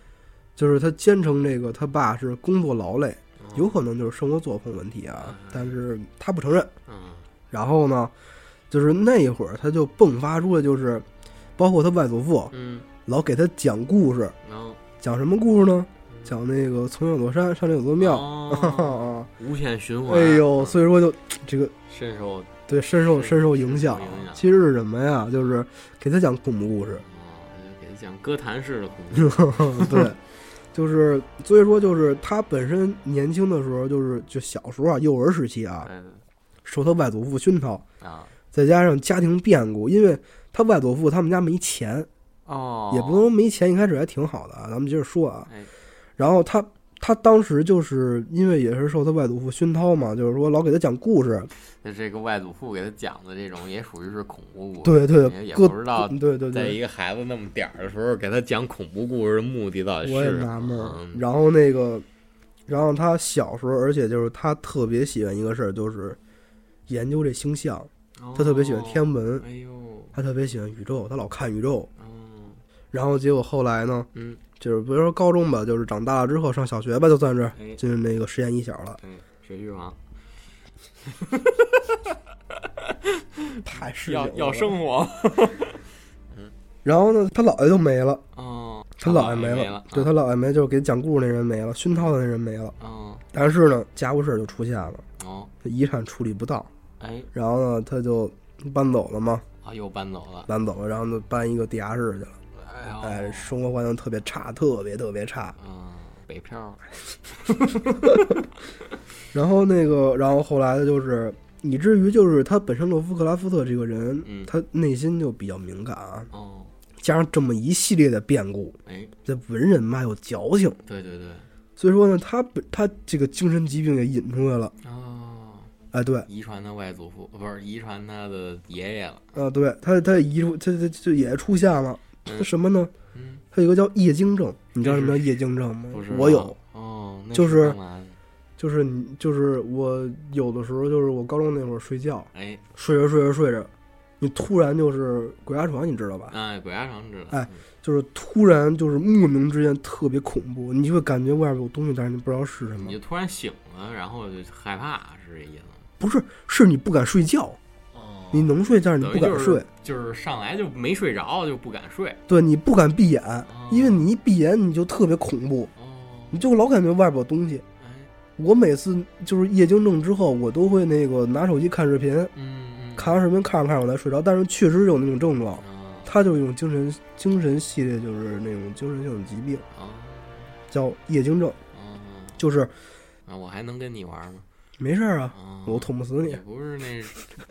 就是他坚称这个他爸是工作劳累，
哦
有可能就是生活作风问题啊
嗯，
但是他不承认。
嗯
然后呢，就是那一会儿他就迸发出了就是，包括他外祖父
嗯，
老给他讲故事，
然后
讲什么故事呢？
嗯
讲那个从有座山上有座庙。啊
哦无限循环，哦
哎呦，所以说就这个
深受，
对深受
是
深受影响
深受影。响
其实是什么呀？就是给他讲恐怖故事 [LAUGHS]
哦，，就给他讲歌坛式的恐怖，
对，就是所以说就是他本身年轻的时候，就是就小时候啊，幼儿时期啊，
嗯
受他外祖父熏陶，
啊，
再加上家庭变故，因为他外祖父他们家没钱，
哦，
也不能说没钱，一开始还挺好的啊。咱们接着说啊，
哎，
然后他他当时就是因为也是受他外祖父熏陶嘛，就是说老给他讲故事，
那这个外祖父给他讲的这种也属于是恐怖故
对
事，
对，
也
各嗯
不知道
对对
在
对，
一个孩子那么点儿的时候给他讲恐怖故事的目的到底是
我也
什么
纳闷儿。
嗯
然后那个，然后他小时候，而且就是他特别喜欢一个事儿，就是研究这星象，他特别喜欢天文
哦，哎呦，
他特别喜欢宇宙，他老看宇宙。
嗯
然后结果后来呢，
嗯，
就是比如说高中吧，就是长大了之后上小学吧，就算是
哎
进入那个实验一小了，
对，学区房
哎太是
要要生活，
然后呢，他姥爷就没了，
哦，
他姥爷没
了，
了，对他姥爷没，就是给讲故事那人没了，熏陶的那人没了。
嗯
但是呢，家务事儿就出现了，
哦，
他遗产处理不当，
哎，
然后呢，他就搬走了嘛，
啊，又搬走了，
搬走了，然后就搬一个地下室去了，
哎呦，
哎，生活环境特别差，特别特别差。
嗯，北漂，
然后那个，然后后来的就是。以至于就是他本身洛夫克拉夫特这个人，
嗯
他内心就比较敏感啊，
哦，
加上这么一系列的变故，
哎，
这文人嘛又矫情，
对对对，
所以说呢，他本他这个精神疾病也引出来了。
哦，
哎，对，
遗传他外祖父，不是遗传他的爷爷了，
啊，对，他他遗出他他这也出现了，
嗯
他什么呢？
嗯，
他有一个叫夜惊症，你知道
这
什
是
么叫夜惊症吗
不是，
我有，，
哦，那
就是是
干嘛的
就是你就是我有的时候就是我高中那会儿睡觉，
哎，
睡着睡着睡着，你突然就是鬼压床，你知道吧？
哎，鬼压床知道，
哎就是突然就是莫名之间特别恐怖，你就会感觉外边有东西，但是你不知道是什
嗯，
么
你就，突然醒了，然后就害怕，是这意思吗？
不是，是你不敢睡觉，
哦
你能睡，但是你
等于
不敢
就是
睡。
就是上来就没睡着，就不敢睡。
对你不敢闭眼，因为你一闭眼你就特别恐怖，
哦，
你就老感觉外边有东西。
哎，
我每次就是夜惊症之后，我都会那个拿手机看视频，
嗯，嗯
看完视频看着看着我再睡着，但是确实有那种症状，
啊
它就是一种精神精神系列，就是那种精神性的疾病，
啊
叫夜惊症，
啊！
就是
啊我还能跟你玩吗？
没事儿啊，
啊，
我捅不死你
也，不是那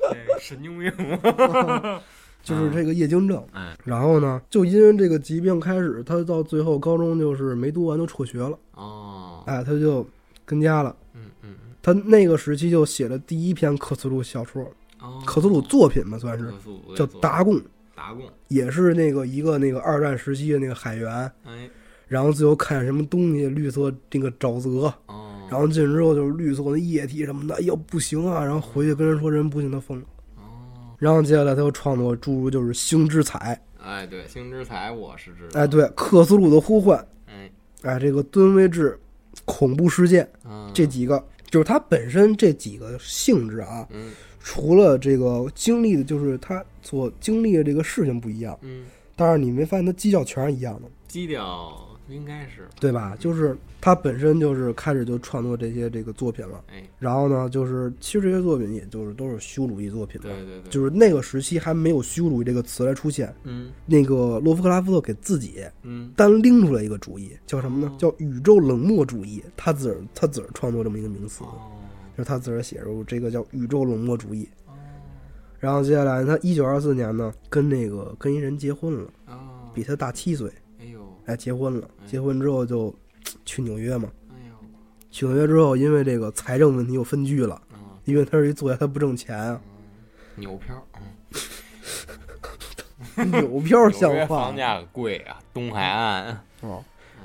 那神经病吗？
[LAUGHS] 就是这个夜惊症
哎。
然后呢，就因为这个疾病开始，他到最后高中就是没读完就辍学了，
哦，
哎，他就跟家了。
嗯嗯嗯，
他那个时期就写了第一篇克苏鲁小说，
哦，
克苏鲁作品吧，算是
克苏鲁
叫
对
达贡，
达贡，
也是那个一个那个二战时期的那个海员，
哎，
然后最后看见什么东西，绿色那个沼泽，
哦，
然后进去之后就是绿色的液体什么的，哎呦不行啊，然后回去跟人说人不行，他疯了。
哦，
然后接下来他又创作诸如就是《星之彩
哎，对，星之彩我是知》，道，
哎，，对，《克苏鲁的呼唤》，
哎，
哎，这个《吨位制》，恐怖事件
嗯
这，几个，就是它本身这几个性质啊，
嗯
除了这个经历的，就是他所经历的这个事情不一样，
嗯，
但是你没发现他基调全是一样的，
基调应该是，
对吧？就是他本身就是开始就创作这些这个作品了，
哎，
然后呢，就是其实这些作品也就是都是虚无主义作品
对
了，
对对，
就是那个时期还没有虚无主义这个词来出现。
嗯
那个洛夫克拉夫特给自己
嗯，
单拎出来一个主义，叫什
哦
么呢？叫宇宙冷漠主义。他自个儿他自个儿创作这么一个名词，
哦，
就是他自个儿写入这个叫宇宙冷漠主义。
哦
然后接下来，他一九二四年呢，跟那个跟一人结婚了，
哦，
比他大七岁，
哎呦，
哎，结婚了
哎。
结婚之后就去纽约嘛，
哎呦，
去纽约之后，因为这个财政问题又分居了，
啊，
因为他是一作家，他不挣钱啊，
纽漂，嗯
有票像
纽约
话
房价贵啊，东海岸，
哦。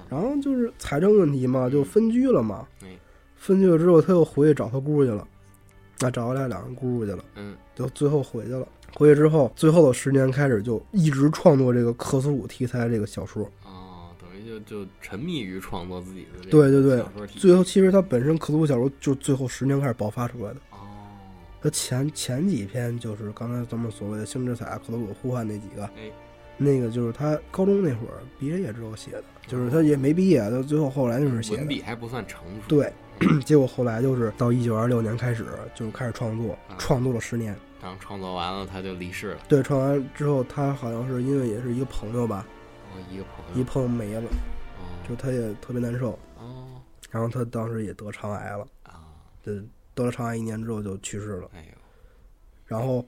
然后就是财政问题嘛，就分居了嘛
嗯。
分居了之后，他又回去找他姑父去了，啊，找他俩两个姑父去了，
嗯，
就最后回去了。回去之后，最后的十年开始就一直创作这个克苏鲁题材这个小说。
哦，等于就就沉迷于创作自己的这
对对
个
对
小说体，
最后其实他本身克苏鲁小说就是最后十年开始爆发出来的。
哦，
他前前几篇就是刚才咱们所谓的星之彩、克鲁鲁呼唤那几个，
哎，
那个就是他高中那会儿毕业之后写的，就是他也没毕业，他最后后来就是写
文
的。
笔还不算成 [CLEARS THROAT] 熟，
对，结果后来就是到一九二六年开始就是开始创作
啊，
创作了十年。
然后创作完了他就离世了，
对，创完之后，他好像是因为也是一个朋友吧，
哦，一个朋
一
友，
朋友没了，就
哦
他也特别难受，
哦
然后他当时也得肠癌了，
啊，
就得了肠癌一年之后就去世了，
哎呦，
然后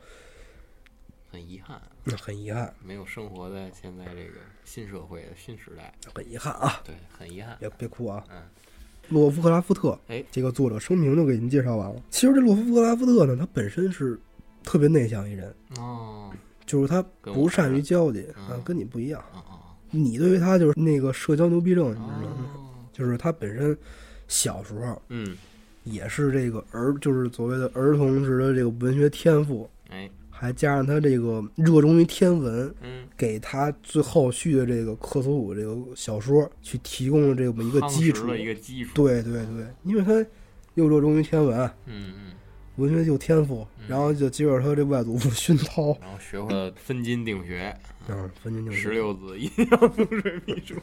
很遗憾，
嗯很遗憾，
没有生活在现在这个新社会的新时代，
很遗憾啊，
对，很遗憾，
别别哭啊。
嗯，
洛夫克拉夫特，
哎，
这个作者生平就给您介绍完了。其实这洛夫克拉夫特呢，他本身是特别内向一人，
哦，
就是他
跟我
不善于交际
嗯
啊，跟你不一样。
哦哦
你对于他就是那个社交牛逼症，你知道吗？
哦，
就是他本身小时候
嗯，
也是这个儿，就是所谓的儿童时的这个文学天赋，
哎，
还加上他这个热衷于天文，
嗯，
给他最后续的这个克苏鲁这个小说去提供了这么一个
夯
基
实
础。
了一个基础，
对对对，因为他又热衷于天文，
嗯嗯，
文学有天赋，然后就接着他这外祖父熏陶，
然后学会了分金定穴，
嗯，分金定
十
律。
六
[LAUGHS]
字阴阳风水秘术，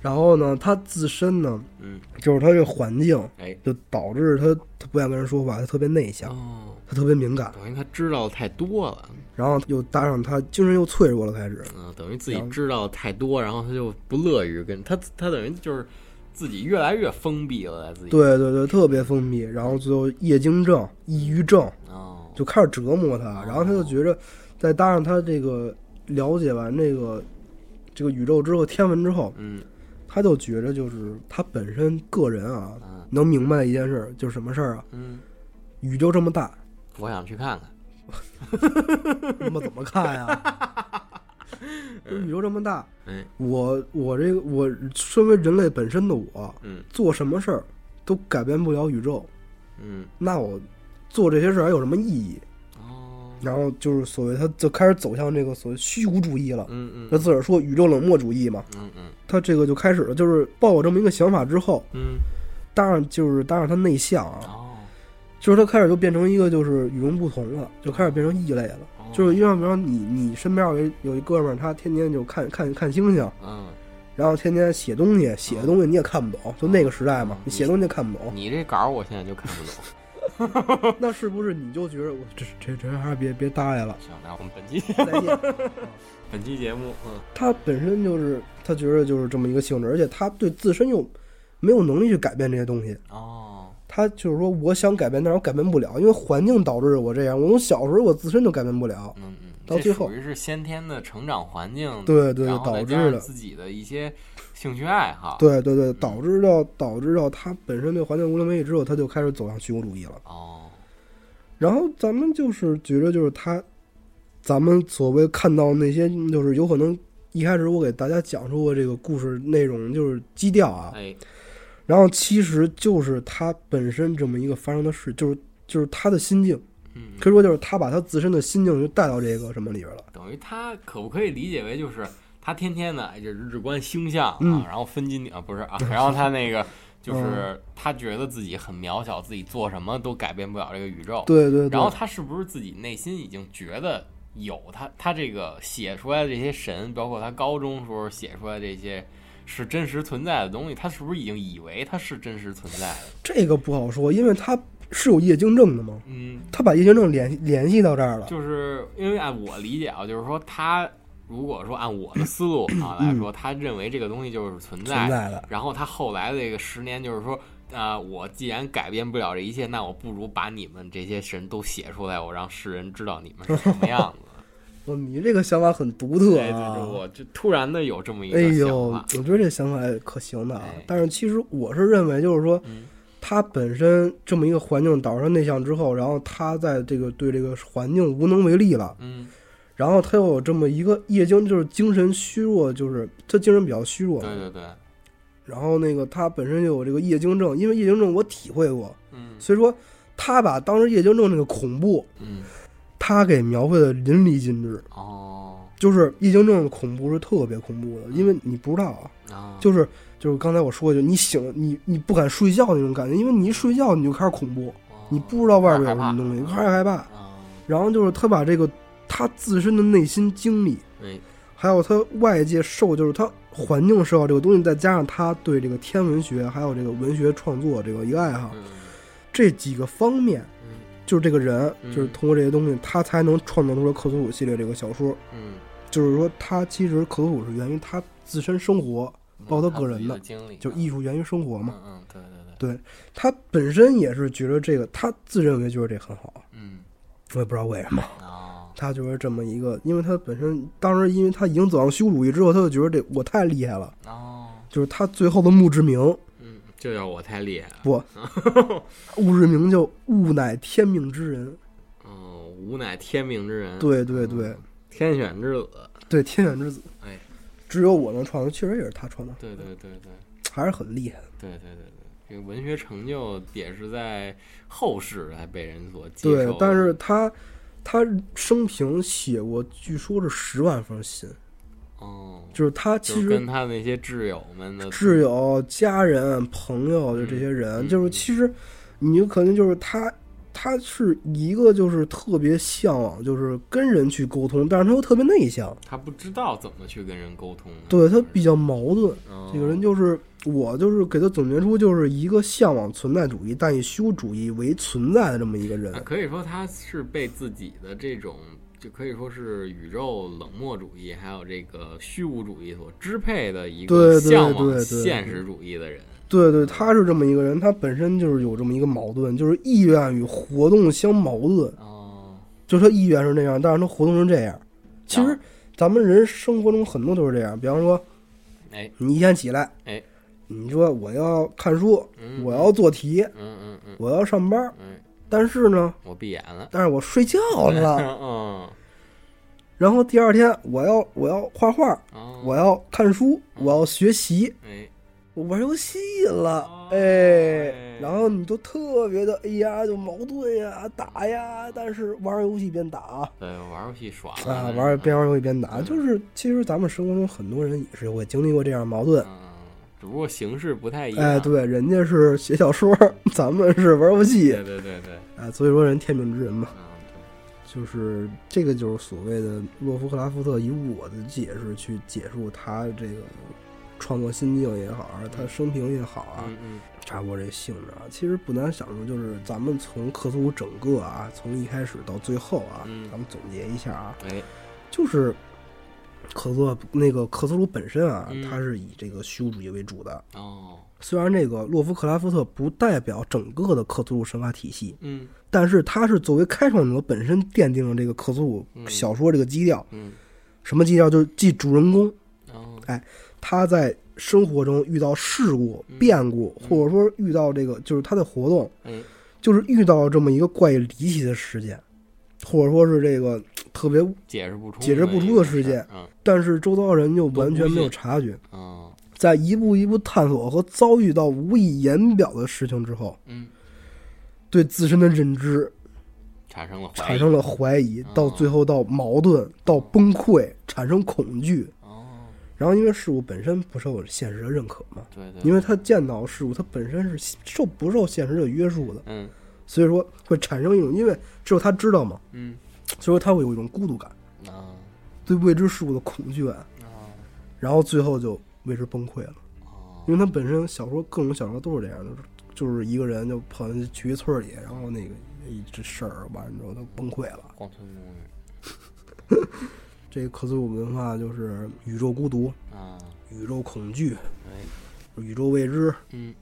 然后呢，他自身呢，
嗯，
就是他这个环境，
哎，
就导致他他不想跟人说话，他特别内向，
哦，
他特别敏感，
等于他知道的太多了，
然后又搭上他精神又脆弱了，开始。
嗯，等于自己
然后
知道的太多，然后他就不乐于跟他，他等于就是自己越来越封闭了，在自己，
对对对，特别封闭，然后最后夜惊症、抑郁症
哦，
就开始折磨他，然后他就觉着，再搭上他这个了解完这个这个宇宙之后、天文之后，
嗯
他就觉着就是他本身个人啊
嗯，
能明白的一件事儿就是什么事儿啊？
嗯，
宇宙这么大，
我想去看看，
那么怎么看呀？就宇宙这么大，
哎，
我我这个我身为人类本身的我，
嗯
做什么事儿都改变不了宇宙，
嗯，
那我做这些事儿还有什么意义？
哦，
然后就是所谓他就开始走向这个所谓虚无主义了。
嗯
他
嗯
自个儿说宇宙冷漠主义嘛，
嗯嗯
他这个就开始了，就是抱有这么一个想法之后，
嗯，
当然就是当然他内向啊，
哦，
就是他开始就变成一个就是与众不同了，就开始变成异类了。
哦
就是因为比方说你你身边有一有一哥们儿，他天天就看看看星星，
嗯，
然后天天写东西，写的东西你也看不懂，就那个时代嘛
嗯，
你写东西也看不懂，
你这稿儿我现在就看不懂。嗯
那是不是你就觉得我这这这还是别别搭理了，
行，那我们本期
再见。
本期节目，嗯，
他本身就是他觉得就是这么一个性质，而且他对自身又没有能力去改变这些东西。
哦，
他就是说，我想改变，但是我改变不了，因为环境导致我这样。我从小时候我自身就改变不了，
嗯嗯，
到
这
最后
属于是先天的成长环境，
对对
然
对，
后
导
再
致
加上
的，
自己的一些兴趣爱好，，
对对对，导致到导致到他本身对环境无能为力之后，他就开始走向虚无主义了。
哦，
然后咱们就是觉得就是他，咱们所谓看到那些就是有可能一开始我给大家讲述过这个故事内容就是基调啊，
哎，
然后其实就是他本身这么一个发生的事，就是就是他的心境，
嗯，
可以说就是他把他自身的心境就带到这个什么里边了。
等于他可不可以理解为就是他天天呢哎就是只观星象啊，
嗯
然后分金啊不是啊，然后他那
[LAUGHS]
个就是他觉得自己很渺小，自己做什么都改变不了这个宇宙，
对对对，
哦然后他是不是自己内心已经觉得有他他这个写出来的这些神，包括他高中时候写出来的这些是真实存在的东西，他是不是已经以为它是真实存在的？
这个不好说，因为他是有夜惊症的嘛，
嗯，
他把夜惊症联联系到这儿了。
就是因为按我理解啊，就是说他如果说按我的思路啊来说，他认为这个东西就是存在
存
的，
在的，
然后他后来的这个十年就是说。啊、我既然改变不了这一切，那我不如把你们这些神都写出来，我让世人知道你们是什么
[LAUGHS]
样子。
哦，你这个想法很独特
对，就是
啊！
我就突然的有这么一
哎
个
呦，
想
我
法，
觉得这想法可行的啊
哎。
但是其实我是认为，就是说
嗯，
他本身这么一个环境导致他内向之后，然后他在这个对这个环境无能为力了，
嗯，
然后他又有这么一个夜惊，就是精神虚弱，就是他精神比较虚弱
对。对对，
然后那个他本身就有这个夜惊症，因为夜惊症我体会过，
嗯
所以说他把当时夜惊症那个恐怖，
嗯，
他给描绘的淋漓尽致。
哦，
就是夜惊症的恐怖是特别恐怖的，因为你不知道啊，
啊，
就是就是刚才我说的，就你醒了，你你不敢睡觉那种感觉，因为你一睡觉你就开始恐怖，
哦
你不知道外边有什么东西，
害
开始害怕。
怕啊，
然后就是他把这个他自身的内心经历，
哎，
还有他外界受，就是他环境受到这个东西，再加上他对这个天文学还有这个文学创作这个一个爱好，
嗯
这几个方面，
嗯
就是这个人
嗯
就是通过这些东西，他才能创造出了克苏鲁系列这个小说。
嗯，
就是说，他其实克苏鲁是源于他自身生活，包括
他
个
自
人
己
的
的经历，
就
嗯
艺术源于生活嘛。
嗯嗯，对对对，
他本身也是觉得这个，他自认为觉得这很好，
嗯，
我也不知道为
[LAUGHS]
什么，
哦，
他就是这么一个，因为他本身当时因为他已经走上修主义之后，他就觉得这我太厉害了。
哦，
就是他最后的墓志铭，
嗯，就要我太厉害了。 [LAUGHS]
不，墓志铭就物乃天命之人，
哦，吾乃天命之人，
对对对
嗯，天选之子。
对，天选之子，
哎，
只有我能创造，确实也是他创造，
对对对对
还是很厉害的。
对对对对，这个文学成就也是在后世才被人所接受
对
的。，
但是他他生平写过，据说是十万封信，
哦，
就是他
就
其
是
实
跟他那些挚友们的
挚友、家人、朋友就这些人，
嗯
就是其实你就可能就是他。他是一个就是特别向往，就是跟人去沟通，但是他又特别内向，
他不知道怎么去跟人沟通的。
对他比较矛盾。
哦
这个人就是我，就是给他总结出就是一个向往存在主义，但以虚无主义为存在的这么一个人
那。可以说他是被自己的这种，就可以说是宇宙冷漠主义，还有这个虚无主义所支配的一个
对对
向往
对对
现实主义的人。
对对，他是这么一个人，他本身就是有这么一个矛盾，就是意愿与活动相矛盾。
哦，
就是他意愿是那样，但是他活动是这样。其实
啊
咱们人生活中很多都是这样，比方说
哎，
你一天起来，
哎，
你说我要看书，
嗯
我要做题，
嗯嗯嗯
我要上班，
嗯，
但是呢，
我闭眼
[LAUGHS]
了。
但是我睡觉了。
嗯，
然后第二天我要我要画画，
哦，
我要看书，
嗯
我要学习，
哎，
我玩游戏了
哦，哎
哎，然后你就特别的，哎呀，就矛盾呀，打呀，但是玩游戏边打啊，
对，玩游戏爽
玩儿边玩游戏边
嗯
打，就是其实咱们生活中很多人也是会经历过这样矛盾，
嗯，只不过形式不太一样。
哎，对，人家是写小说， [LAUGHS] 咱们是玩游戏，
对对对对，
哎，所以说人天命之人嘛，
嗯，
就是这个就是所谓的洛夫克拉夫特以我的解释去解述他这个创作心境也好，还是他生平也好啊。
嗯嗯，
查过这性质啊，其实不难想出，就是咱们从克苏鲁整个啊，从一开始到最后啊，
嗯
咱们总结一下啊，
哎，
就是克苏鲁那个克苏鲁本身啊，
嗯
它是以这个虚无主义为主的。
哦，
虽然这个洛夫克拉夫特不代表整个的克苏鲁神话体系，
嗯
但是他是作为开创者本身奠定了这个克苏鲁
嗯
小说这个基调。
嗯，
什么基调？就是即主人公
哦，
他在生活中遇到事故
嗯、
变故，或者说遇到这个就是他的活动。
哎，
就是遇到这么一个怪异离奇的事件，或者说是这个特别，
解释不出，
解释不出的世界
嗯
但是周遭人又完全没有察觉，
嗯
在一步一步探索和遭遇到无以言表的事情之后，
嗯，
对自身的认知
产生了怀疑
产生了怀疑啊
嗯，
到最后到矛盾，到崩溃，产生恐惧。
哦，
然后因为事物本身不受现实的认可嘛，
对对，
因为他见到事物，它本身是受不受现实的约束的，
嗯
所以说会产生一种，因为只有他知道嘛，
嗯
所以说他会有一种孤独感。
啊
对未知事物的恐惧感，
啊
然后最后就为之崩溃了。
哦
因为他本身小说各种小说都是这样的，就是一个人就跑进去一村儿里，然后那个一这事儿完了之后他崩溃了。
荒村公寓
这个克苏鲁文化就是宇宙孤独、
啊，
宇宙恐惧、
哎，
宇宙未知，
嗯，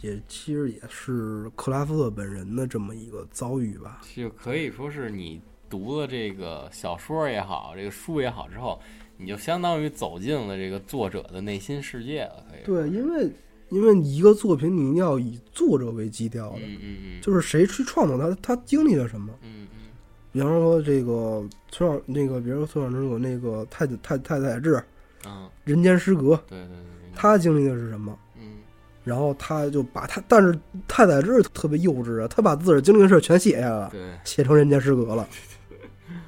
也其实也是克拉夫特本人的这么一个遭遇吧。
就可以说是你读了这个小说也好，这个书也好之后，你就相当于走进了这个作者的内心世界了，可以说
对，因为因为一个作品你一定要以作者为基调的，
嗯嗯嗯，
就是谁去创造他，他经历了什么。
嗯嗯
比方说这个村上那个，比如说村上春树那个太子太太宰治《
啊，
人间失格》，
对对对，对
他经历的是什么？
嗯
然后他就把他，但是太宰治特别幼稚啊，他把自个儿经历的事儿全写下来了，
对，
写成《人间失格》了。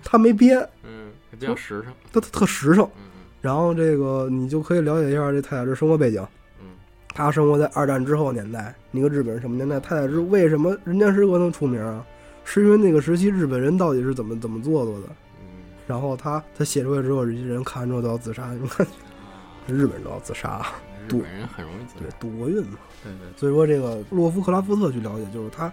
他没编，
嗯，比较实诚，
他他特实诚。
嗯嗯
然后这个你就可以了解一下这太宰治生活背景。
嗯，
他生活在二战之后年代，一个日本人什么年代？太宰治为什么《人间失格》能出名啊？是因为那个时期日本人到底是怎么怎么做作的？
嗯
然后他他写出来之后，这些人看完之后都要自杀，你看日本人都要自杀，
日
赌
本人很容易自
[LAUGHS] 对
杀，，
赌博运嘛。
对对
所以说，这个洛夫克拉夫特去了解，就是他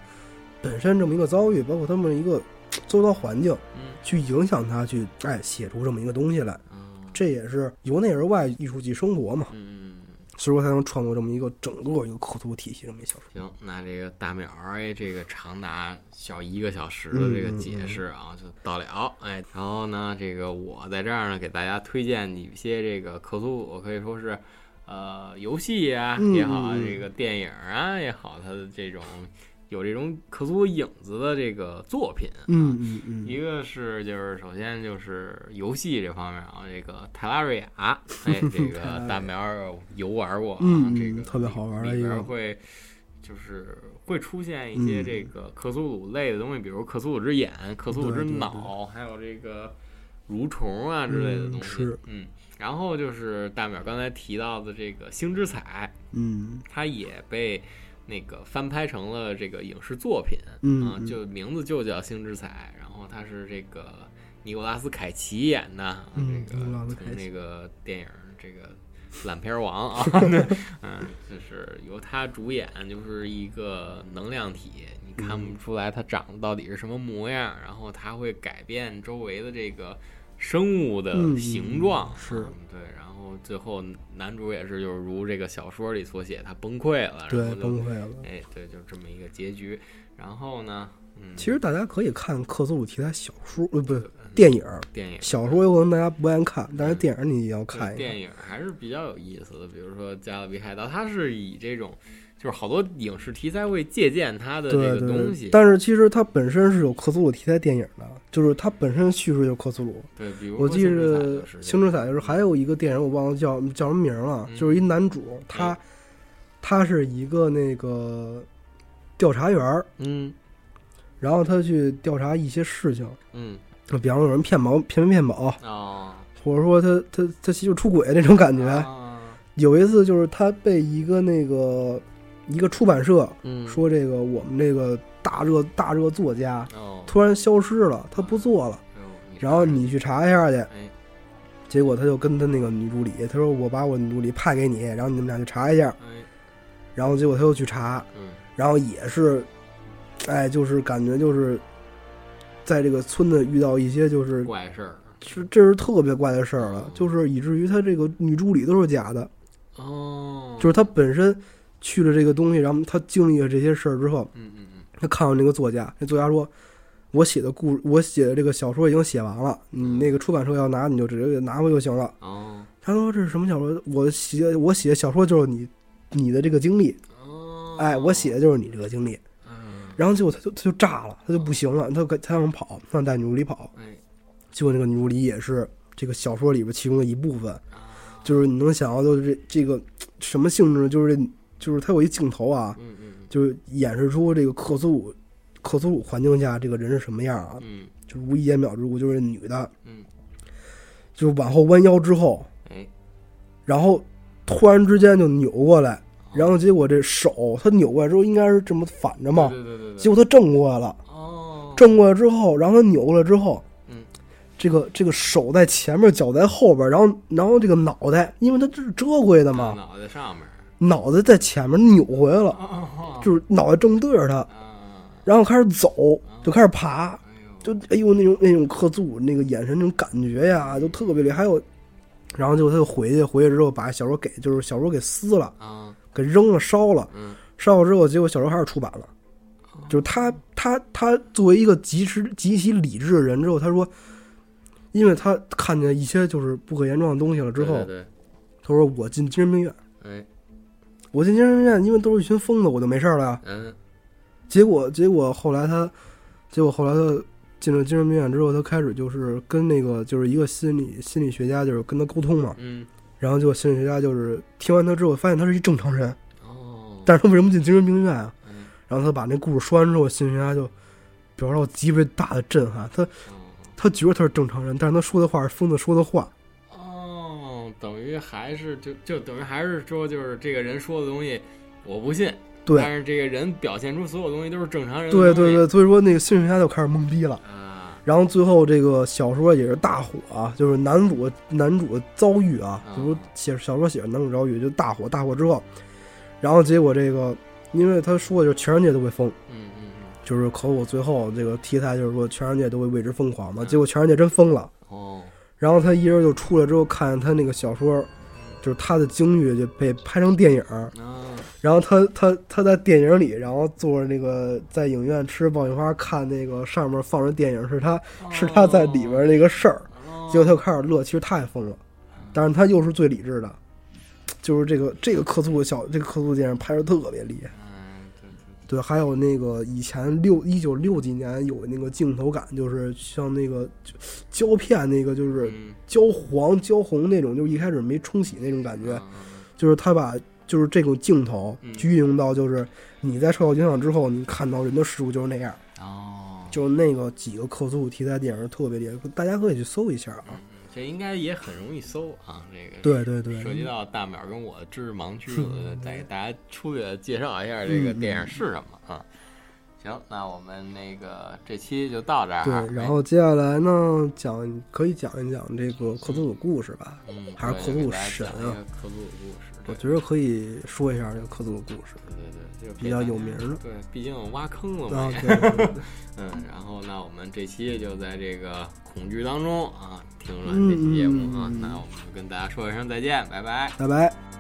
本身这么一个遭遇，包括他们一个周遭环境，
嗯
去影响他去哎写出这么一个东西来。
啊
这也是由内而外艺术即生活嘛，
嗯嗯。
所以说才能创作这么一个整个一个克苏鲁体系这么一小说。
行，那这个大淼儿哎，这个长达小一个小时
嗯
的这个解释啊，就到了。哎，然后呢，这个我在这儿呢，给大家推荐一些这个克苏鲁，可以说是呃游戏啊
嗯
也好啊，
嗯嗯
这个电影啊也好，它的这种有这种克苏鲁影子的这个作品、啊，
嗯嗯嗯，
一个是就是首先就是游戏这方面啊，这个泰拉
[LAUGHS]
瑞亚，哎，这
泰拉瑞
个
亚
大苗儿游玩过啊，
嗯
这个
特别好玩的
里
一个
边儿会就是会出现一些
嗯
这个克苏鲁类的东西，比如克苏鲁之眼、克苏鲁
对
之
对对
脑，还有这个蠕虫啊之类的
嗯
东西
是，
嗯。然后就是大淼刚才提到的这个《星之彩》，
嗯
它也被那个翻拍成了这个影视作品，
嗯
啊
嗯
就名字就叫《星之彩》，然后它是这个尼古拉斯凯奇演的，啊
嗯
这个
尼古拉斯凯
从
奇
那个电影这个烂片王啊， [LAUGHS] 对嗯，就是由他主演，就是一个能量体，你看不出来他长得到底是什么模样，然后他会改变周围的这个。生物的
嗯
形状、
是
嗯对，然后最后男主也是就是如这个小说里所写，他崩溃了，然
对
后，就
崩溃了。
哎，对，就这么一个结局。然后呢，嗯，
其实大家可以看克苏鲁题材小说，呃，不是
嗯
电影儿。
电影
小说有可能大家不爱看，但是电影你也要
对
看一看。
电影还是比较有意思的，比如说《加勒比海盗》，它是以这种就是好多影视题材会借鉴它的这
对
个东
对，
西，
但是其实它本身是有克苏鲁题材电影的，就是它本身叙述有克苏鲁。
对，比如
我
说
记
星之彩
着
就
《
是
星
这
之
个
彩》就是还有一个电影，我忘了叫叫什么名儿了，
嗯
就是一男主，他
哎
他是一个那个调查员儿，
嗯
然后他去调查一些事情，
嗯
比方说有人骗保骗没骗保，
哦，
或者说他他他媳妇出轨那种感觉。
啊
有一次就是他被一个那个一个出版社
嗯
说这个我们这个大热大热作家
哦，
突然消失了，他不做了，
哎呦
然后你去查一下去。
哎
结果他就跟他那个女助理，他说我把我女助理派给你，然后你们俩去查一下。
哎
然后结果他又去查，
嗯
然后也是，哎，就是感觉就是，在这个村子遇到一些就是
怪事儿
这这是特别怪的事儿了
嗯，
就是以至于他这个女助理都是假的，
哦，
就是他本身去了这个东西，然后他经历了这些事儿之后，
嗯嗯嗯
他看到那个作家，那作家说。我写的故，我写的这个小说已经写完了，你那个出版社要拿，你就直接拿回就行了。
哦
他说这是什么小说？我写我写小说就是你你的这个经历，
哦，
哎，我写的就是你这个经历。
嗯
然后结果他就他就炸了，他就不行了，他就跟他想跑，他想带女主理跑。
哎
结果那个女主理也是这个小说里边其中的一部分，
啊
就是你能想到就是这这个什么性质？就是这就是他有一镜头啊，
嗯嗯
就是演示出这个克苏鲁克苏鲁环境下这个人是什么样啊？
嗯
就是无一眼秒之物，就是女的
嗯
就往后弯腰之后，
哎
然后突然之间就扭过来，然后结果这手他扭过来之后应该是这么反着嘛，
对对对对
结
对，
果他正过来了，
哦，
正过来之后，然后他扭过来之后，
嗯，
这个这个手在前面，脚在后边，然后然后这个脑袋，因为他这是遮过的嘛，
脑袋上面，
脑袋在前面扭回来了，
哦
就是脑袋正对着他，
啊，
然后开始走，就开始爬，
哎呦，
就哎呦那种那种克苏鲁那个眼神那种感觉呀，就特别厉害。还有，然后就他就回去，回去之后把小说给就是小说给撕了，
啊，
给扔了烧了，
嗯，
烧了之后，结果小说还是出版了。
哦
就是他他他作为一个极其极其理智的人之后，他说，因为他看见一些就是不可言状的东西了之后，
对，对
他说我进精神病院，
对哎，
我进精神病院，因为都是一群疯子，我就没事儿了呀。
嗯，
结果结果后来他，结果后来他进了精神病院之后，他开始就是跟那个就是一个心理心理学家就是跟他沟通嘛，
嗯，
然后结果心理学家就是听完他之后发现他是一正常人，
哦，
但是他为什么进精神病院啊？
嗯，
然后他把那故事说完之后，心理学家就表示了极为大的震撼，他他觉得他是正常人，但是他说的话是疯子说的话，
哦，哦，等于还是就就等于还是说，就是这个人说的东西我不信，
对
但是这个人表现出所有东西都是正常人，
对对，对，所以说那个心理学家就开始懵逼了。
啊，
然后最后这个小说也是大火啊，就是男主男主遭遇啊，
啊
就是写小说写着男主遭遇就大火，大火之后，然后结果这个，因为他说的就是全世界都会疯，
嗯嗯嗯，
就是可我最后这个题材就是说全世界都会为之疯狂嘛，
嗯
结果全世界真疯了。
哦，
然后他一人就出来之后，看见他那个小说，就是他的经历就被拍成电影，
啊，
然后他他他在电影里，然后坐着那个在影院吃爆米花，看那个上面放着电影，是他是他在里边那个事儿。
哦，嗯
结果他就开始乐，其实他也疯了，但是他又是最理智的，就是这个这个克苏鲁小这个克苏鲁电影拍的特别厉害。
嗯，对
对，还有那个以前六一九六几年有那个镜头感，就是像那个就胶片那个就是
对，嗯
焦黄、焦红那种，就是一开始没冲洗那种感觉，
嗯
就是他把就是这种镜头
嗯
去运用到，就是你在受到影响之后，你看到人的事物就是那样，
哦，
就是那个几个克苏鲁题材电影特别厉害，大家可以去搜一下啊。
这应该也很容易搜啊，这个。
对对对，
涉及到大淼跟我知识盲区了，再给大家粗略介绍一下这个电影是什么啊？行，那我们那个这期就到这儿啊。
对，然后接下来呢，讲可以讲一讲这个克苏鲁故事吧。
哎嗯，
还是
对
克苏鲁
给大家
神啊
讲一个克苏鲁故事，
我
对
觉得可以说一下这个克苏鲁故事
对对，就
比较有名的
对，毕竟挖坑了
啊
嘛。，
对对对
嗯，然后那我们这期就在这个恐惧当中啊，听完
嗯
这期节目啊，
嗯嗯
那我们就跟大家说一声再见，拜拜。
[LAUGHS] 拜拜。